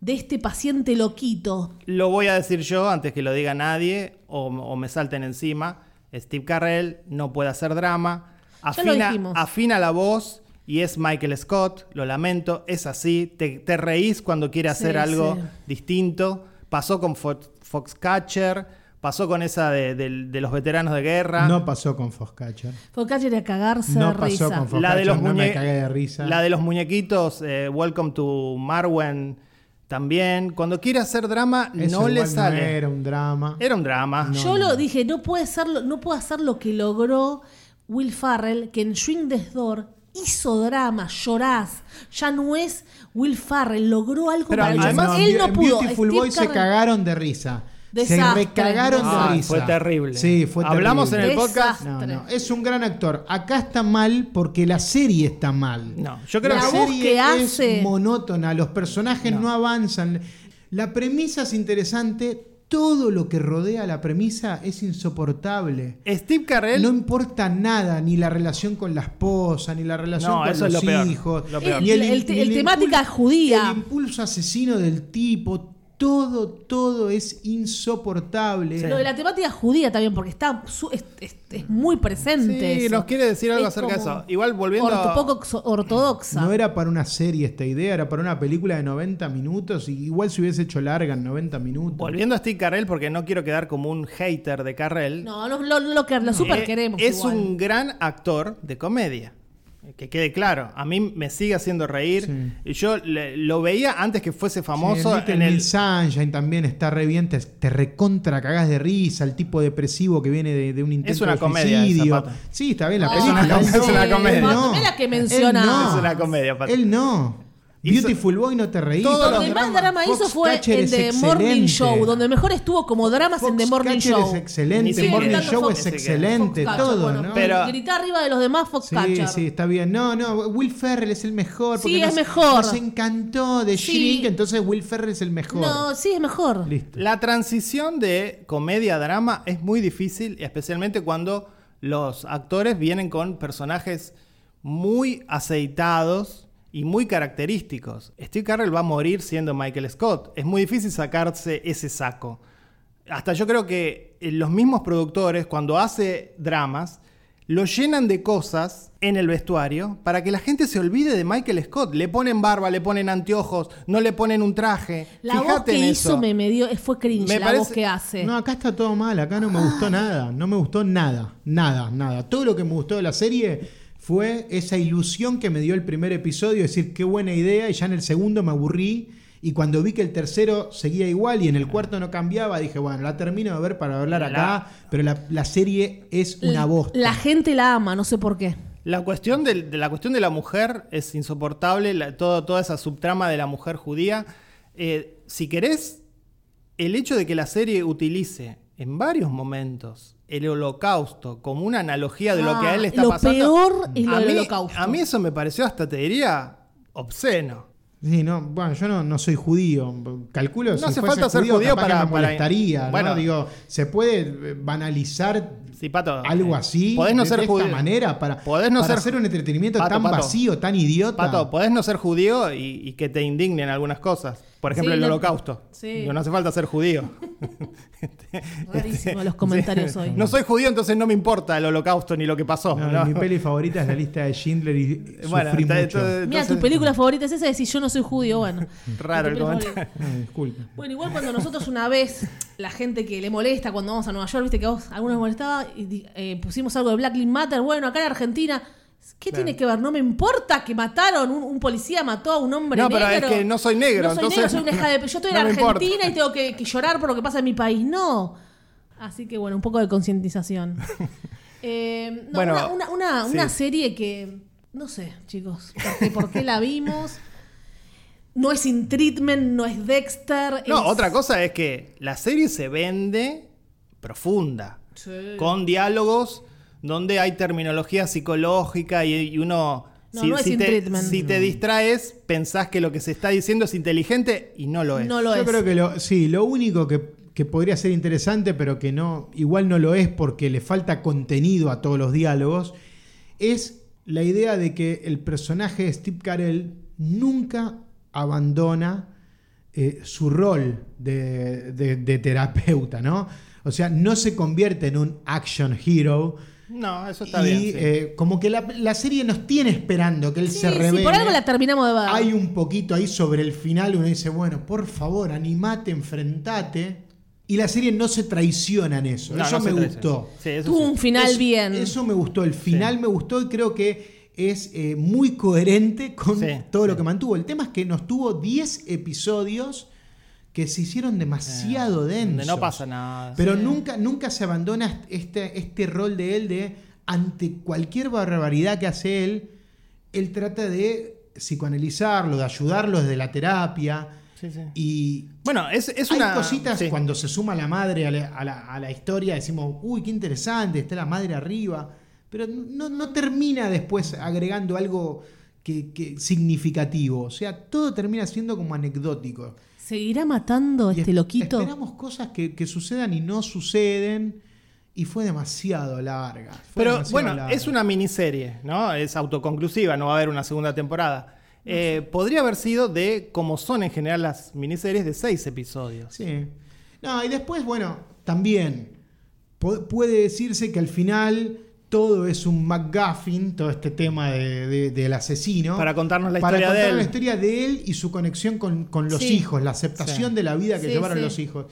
S2: de este paciente loquito.
S1: Lo voy a decir yo antes que lo diga nadie o, o me salten encima. Steve Carrell no puede hacer drama.
S2: Ya lo
S1: Afina,
S2: dijimos.
S1: afina la voz y es Michael Scott. Lo lamento, es así. Te, te reís cuando quiere hacer
S2: Sí,
S1: algo
S2: sí.
S1: distinto. Pasó con Fo- Foxcatcher, pasó con esa de, del- de los veteranos de guerra.
S3: No pasó con Foscatcher.
S2: Focaccia era cagarse
S3: No
S2: de
S3: pasó
S2: risa.
S3: con Fo-
S1: la de los
S3: Foxcatcher, no me
S1: muñe-
S3: cagué de risa.
S1: La de los muñequitos, eh, Welcome to Marwen también. Cuando quiere hacer drama,
S3: Eso
S1: no
S3: igual
S1: le sale.
S3: No
S1: era...
S3: era un drama.
S1: un drama.
S2: Yo lo dije, no puede, ser, lo- no puede hacer lo que logró Will Farrell, que en Swing the Door hizo drama, llorás. Ya no es Will Farrell, logró algo
S1: Pero
S2: para el
S1: además-
S2: show. Él no
S3: en
S2: pudo.
S3: Beautiful
S2: Steve
S3: Boy se
S2: Carell-
S3: cagaron de risa. Se
S2: Desastre.
S3: recagaron
S2: Ah,
S3: de
S2: fue
S3: risa.
S5: fue terrible.
S3: Sí, fue terrible.
S1: Hablamos en el podcast.
S2: Desastre.
S3: No, no, es un gran actor. Acá está mal porque la serie está mal.
S1: No, yo creo
S2: La
S1: que
S2: voz
S1: sí.
S2: que hace.
S3: es monótona, los personajes no. avanzan. La premisa es interesante, todo lo que rodea la premisa es insoportable.
S1: Steve Carell
S3: No importa nada, ni la relación con la esposa, ni la relación
S5: No,
S3: con
S5: eso es
S3: los
S5: lo peor,
S3: hijos,
S5: lo peor.
S3: ni
S2: El- el-
S3: ni
S2: el temática judía.
S3: El impulso asesino del tipo, todo, todo es insoportable.
S2: Lo de la temática judía también, porque está su- es, es- es muy presente.
S1: Sí,
S2: eso.
S1: nos quiere decir algo acerca de
S2: como
S1: eso. Igual, volviendo
S2: orto-
S1: a-
S2: poco ex- ortodoxa.
S3: No era para una serie esta idea, era para una película de 90 minutos. y Igual se hubiese hecho larga en 90 minutos.
S1: Volviendo a Steve Carell, porque no quiero quedar como un hater de Carell.
S2: No, lo, lo, lo que- lo super
S1: Eh,
S2: queremos.
S1: Es
S2: igual.
S1: un gran actor de comedia. Que quede claro, a mí me sigue haciendo reír.
S3: Sí.
S1: Y yo le- lo veía antes que fuese
S3: Sí,
S1: famoso
S3: Little
S1: en el.
S3: Miss Sunshine también está re bien, te, te recontra cagás de risa, el tipo depresivo que viene de, de un intento
S1: una
S3: de
S1: comedia,
S3: suicidio.
S1: Zapata.
S3: sí, está bien la
S2: Ah,
S3: película.
S1: es una
S3: él
S1: comedia, es una comedia.
S3: él
S2: Bueno, es la que mencionás.
S3: Él no.
S1: Es una comedia, Pati.
S3: Él no.
S1: Hizo-
S3: Beautiful Boy no te reí.
S1: Todos
S2: Donde
S1: los
S2: más
S1: dramas.
S2: drama hizo fue
S3: Foxcatcher
S2: el
S3: es
S2: de Morning
S3: excelente.
S2: Show, donde mejor estuvo como dramas en The Morning Show.
S3: es
S1: Ni
S3: excelente,
S1: siquiera
S3: Morning
S1: tanto
S3: Show
S1: Fox-
S3: es excelente,
S2: Foxcatcher,
S3: todo,
S2: bueno,
S3: ¿no?
S1: Pero-
S2: Gritar arriba de los demás Foxcatcher.
S3: Sí, sí, está bien. No, no, Will Ferrell es el mejor.
S2: Sí,
S3: porque
S2: es
S3: nos-
S2: mejor.
S3: Nos encantó de
S2: Sí.
S3: Shrink, entonces Will Ferrell es el mejor.
S2: No, sí, es mejor.
S3: Listo.
S1: La transición de comedia a drama es muy difícil, especialmente cuando los actores vienen con personajes muy aceitados y muy característicos. Steve Carell va a morir siendo Michael Scott. Es muy difícil sacarse ese saco. Hasta yo creo que eh, los mismos productores, cuando hace dramas, lo llenan de cosas en el vestuario para que la gente se olvide de Michael Scott. Le ponen barba, le ponen anteojos, no le ponen un traje.
S2: La voz
S1: Fíjate
S2: que
S1: en
S2: hizo
S1: eso.
S2: me, me dio, fue cringe
S1: Me
S2: la voz
S1: parece-
S2: que hace.
S3: No, acá está todo mal, acá no me gustó nada, no me gustó nada, nada, nada. Todo lo que me gustó de la serie fue esa ilusión que me dio el primer episodio, decir qué buena idea, y ya en el segundo me aburrí, y cuando vi que el tercero seguía igual y en el cuarto no cambiaba, dije, bueno, la termino de ver para hablar acá, pero la, la serie es una voz.
S2: La gente la ama, no sé por qué.
S1: La cuestión del- de, la cuestión de la mujer es insoportable, la- todo- toda esa subtrama de la mujer judía. Eh, si querés, el hecho de que la serie utilice en varios momentos el holocausto como una analogía de lo que a él le está
S2: Ah, lo
S1: pasando.
S2: peor es lo
S1: a
S2: del
S1: mí-
S2: holocausto.
S1: A mí eso me pareció hasta, te diría, obsceno.
S3: Sí, no, bueno, yo no, no soy judío. Calculo
S1: No
S3: si
S1: hace
S3: fuese
S1: falta ser judío
S3: capaz que
S1: para-
S3: me
S1: para-
S3: molestaría. ¿no?
S1: Bueno.
S3: digo, se puede eh, banalizar
S1: Sí, Pato,
S3: algo
S1: eh,
S3: así
S1: Podés no
S3: de,
S1: ser
S3: de esta
S1: judío.
S3: manera para,
S1: Podés no
S3: para
S1: ser-
S3: hacer un entretenimiento
S1: Pato,
S3: tan
S1: Pato.
S3: vacío, tan idiota.
S1: Pato, podés no ser judío y, y que te indignen algunas cosas. Por ejemplo,
S2: Sí,
S1: el
S2: lo-
S1: holocausto.
S2: sí.
S1: Digo, No hace falta ser judío. Este-
S2: Rarísimo
S1: <laughs>
S2: los comentarios hoy.
S1: No soy judío, entonces no me importa el holocausto ni lo que pasó.
S3: No,
S1: ¿no?
S3: Mi peli favorita es la lista de Schindler y
S1: <laughs> Bueno,
S3: sufrí
S1: está-
S3: mucho.
S1: entonces-
S2: Mira, tu película favorita es esa de si yo no soy judío, bueno.
S1: <laughs> Raro el
S2: Tu película
S1: comentario.
S2: favorita.
S3: Ay, Ah, disculpa.
S2: Bueno, igual cuando nosotros una vez, la gente que le molesta cuando vamos a Nueva York, viste que a vos algunos molestaba, y di- eh, pusimos algo de Black Lives Matter, bueno, acá en Argentina, ¿qué tiene que ver? No me importa que mataron, un, un policía mató a un hombre
S1: No,
S2: negro.
S1: pero es que no soy negro,
S2: No soy
S1: entonces-
S2: negro, soy una hija de... Yo estoy en
S1: <laughs> No me
S2: Argentina
S1: importa.
S2: y tengo que, que llorar por lo que pasa en mi país. No. Así que bueno, un poco
S1: <laughs>
S2: de concientización. Eh, no,
S1: Bueno,
S2: una, una- una-
S1: sí.
S2: una serie que, no sé, chicos, ¿por qué, por qué la vimos? No es In Treatment, no es Dexter.
S1: No,
S2: es-
S1: otra cosa es que la serie se vende profunda,
S2: Sí.
S1: con diálogos donde hay terminología psicológica y, y uno...
S2: No, no es in
S1: te,
S2: treatment.
S1: si te distraes, pensás que lo que se está diciendo es inteligente y no lo es.
S2: No lo
S3: Yo
S2: es.
S3: creo que lo, sí, lo único que, que podría ser interesante, pero que no, igual no lo es porque le falta contenido a todos los diálogos, es la idea de que el personaje de Steve Carell nunca abandona eh, su rol de, de- de terapeuta, ¿no? O sea, no se convierte en un action hero.
S1: No, eso está
S3: y
S1: bien. sí.
S3: eh, como que la, la serie nos tiene esperando que él
S2: Sí,
S3: se
S2: sí,
S3: revele.
S2: por algo la terminamos de ver.
S3: Hay un poquito ahí sobre el final, uno dice, bueno, por favor, animate, enfrentate. Y la serie no se traiciona en eso.
S1: No,
S3: eso
S1: no
S3: me
S1: se traiciona.
S3: gustó.
S1: Sí, eso
S2: Tuvo
S1: sí.
S2: un final
S3: Eso-
S2: bien.
S3: Eso me gustó. El final me gustó y creo que es eh, muy coherente con
S1: Sí,
S3: todo lo
S1: sí.
S3: que mantuvo. El tema es que nos tuvo 10 episodios que se hicieron demasiado
S1: Eh, Donde
S3: densos.
S1: no pasa nada.
S3: Pero nunca, nunca se abandona este, este rol de él de ante cualquier barbaridad que hace él, él trata de psicoanalizarlo, de ayudarlo desde la terapia.
S1: Sí, sí.
S3: Y
S1: Bueno, es, es
S3: hay
S1: una.
S3: cositas
S1: sí.
S3: cuando se suma la madre a la, a la- a la historia, decimos, uy, qué interesante, está la madre arriba, pero no, no termina después agregando algo que, que significativo, o sea, todo termina siendo como anecdótico.
S2: ¿Seguirá matando a
S3: Y
S2: este
S3: es-
S2: loquito?
S3: Esperamos cosas que, que sucedan y no suceden, y fue demasiado larga. fue
S1: Pero
S3: demasiado
S1: bueno,
S3: larga.
S1: es una miniserie, ¿no? Es autoconclusiva, no va a haber una segunda temporada. Eh, Podría haber sido de, como son en general las miniseries, de seis episodios.
S3: Sí. No, y después, bueno, también pu- puede decirse que al final todo es un McGuffin, todo este tema de- de- del asesino.
S1: Para contarnos la
S3: para
S1: historia
S3: contar
S1: de él.
S3: la historia de él y su conexión con, con los
S2: Sí.
S3: hijos, la aceptación
S1: Sí.
S3: de la vida que
S2: Sí,
S3: llevaron
S2: sí.
S3: los hijos.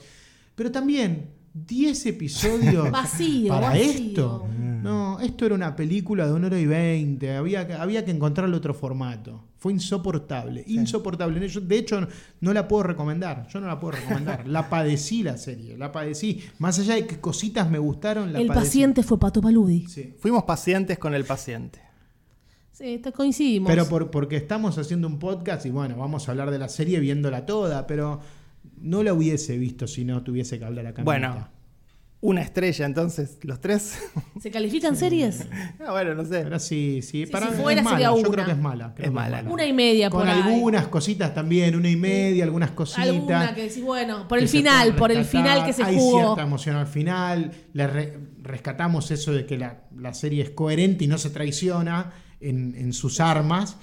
S3: Pero también, 10 episodios
S2: <laughs> Vacío,
S3: para
S2: vacío.
S3: esto.
S1: Mm.
S3: No, esto era una película de una hora y veinte. Había, que- había que encontrarle otro formato. Fue insoportable, insoportable. Yo, de hecho, no la puedo recomendar. Yo no la puedo recomendar. la padecí la serie, la padecí. Más allá de que cositas me gustaron, la
S2: el
S3: padecí.
S2: paciente fue Pato Paludi. Sí,
S3: Sí.
S1: Fuimos pacientes con el paciente.
S2: te- coincidimos.
S3: Pero por- porque estamos haciendo un podcast y bueno, vamos a hablar de la serie viéndola toda, pero no la hubiese visto si no tuviese que hablar acá. en
S1: Bueno.
S3: esta.
S1: Una estrella, entonces, los tres. <laughs>
S2: ¿Se califican series?
S1: Ah, bueno, no sé.
S3: Pero sí,
S2: Sí,
S3: sí, para
S2: si
S3: mí
S2: fuera
S3: es mala.
S2: sería
S3: Yo
S2: una.
S3: creo que es mala. creo
S1: Es
S3: que
S1: mala.
S2: Una y media por
S3: Con
S2: ahí.
S3: algunas cositas también, una y media, algunas cositas.
S2: Alguna que decís, bueno, por
S3: que
S2: el
S3: se
S2: final,
S3: pueden
S2: por el
S3: rescatar.
S2: final que se
S3: Hay
S2: jugó.
S3: cierta emoción al final. Le re- rescatamos eso de que la, la serie es coherente y no se traiciona en, en sus armas,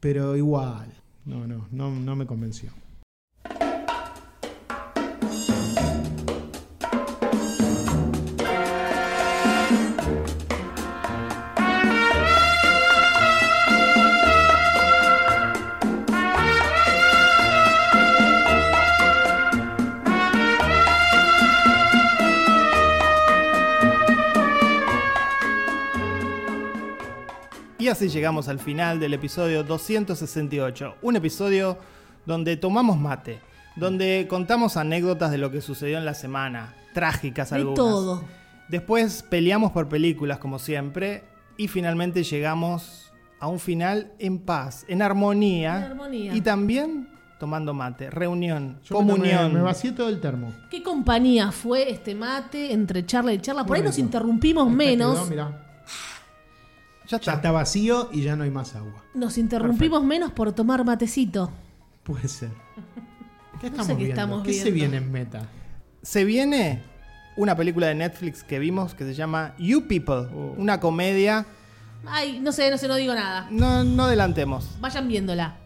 S3: pero igual. No, no, no, no me convenció.
S1: Y así llegamos al final del episodio 268, un episodio donde tomamos mate, donde contamos anécdotas de lo que sucedió en la semana, trágicas
S2: De
S1: algunas.
S2: todo.
S1: Después peleamos por películas como siempre y finalmente llegamos a un final en paz, en armonía,
S2: En armonía.
S1: y también tomando mate, reunión,
S3: Yo
S1: comunión.
S3: Me, me vacié todo el termo.
S2: ¿Qué compañía fue este mate entre charla y charla? Por ahí
S3: Bueno,
S2: nos interrumpimos
S3: Este
S2: menos.
S3: quedó, mirá.
S1: Ya está.
S3: Ya está vacío y ya no hay más agua.
S2: Nos interrumpimos menos por tomar matecito.
S3: Puede ser.
S2: No
S3: ¿Qué estamos
S2: sé qué
S3: viendo?
S2: estamos
S3: ¿Qué se
S2: viendo.
S3: viene en meta?
S1: Se viene una película de Netflix que vimos que se llama You People,
S3: Oh.
S1: una comedia.
S2: Ay, no sé, no sé, no digo nada.
S1: No, no adelantemos.
S2: Vayan viéndola.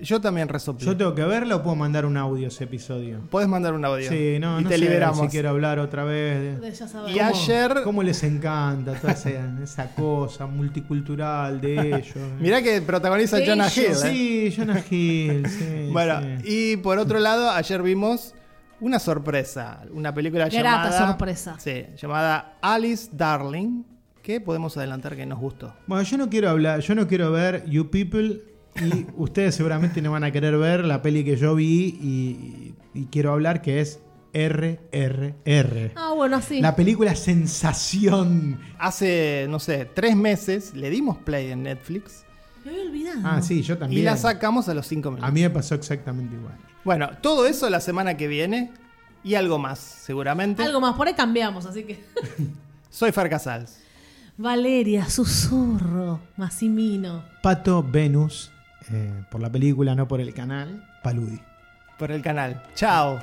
S1: Yo también resoplé.
S3: ¿Yo tengo que verla o puedo mandar un audio ese episodio?
S1: Podés mandar un audio.
S3: Sí, no,
S1: y
S3: no
S1: te
S3: sé
S1: liberamos.
S3: si quiero hablar otra vez. de-
S2: De- Ya sabemos.
S1: Y ayer.
S3: ¿Cómo les encanta toda esa, esa cosa multicultural de ellos?
S1: Mirá que protagoniza
S2: De
S1: Jonah Hill.
S2: ellos,
S1: ¿eh?
S3: Sí, Jonah Hill, sí.
S1: bueno,
S3: sí.
S1: y por otro lado, ayer vimos una sorpresa. Una película
S2: Grata
S1: llamada.
S2: sorpresa.
S1: Sí, llamada Alice Darling. Que podemos adelantar que nos gustó.
S3: Bueno, yo no quiero hablar, yo no quiero ver You People y ustedes seguramente no van a querer ver la peli que yo vi y, y quiero hablar que es RRR.
S2: Ah, bueno, así.
S3: La película sensación.
S1: Hace, no sé, tres meses le dimos play en Netflix
S2: Me había olvidado.
S3: Ah, sí, yo también.
S1: y la sacamos a los cinco minutos.
S3: A mí me pasó exactamente igual.
S1: Bueno, todo eso la semana que viene y algo más, seguramente.
S2: Algo más, por ahí cambiamos, así que. <laughs>
S1: Soy Farcasals.
S2: Valeria, susurro, Massimino.
S3: Pato Venus, eh, por la película, no por el canal, Paludi.
S1: por el canal. Chao.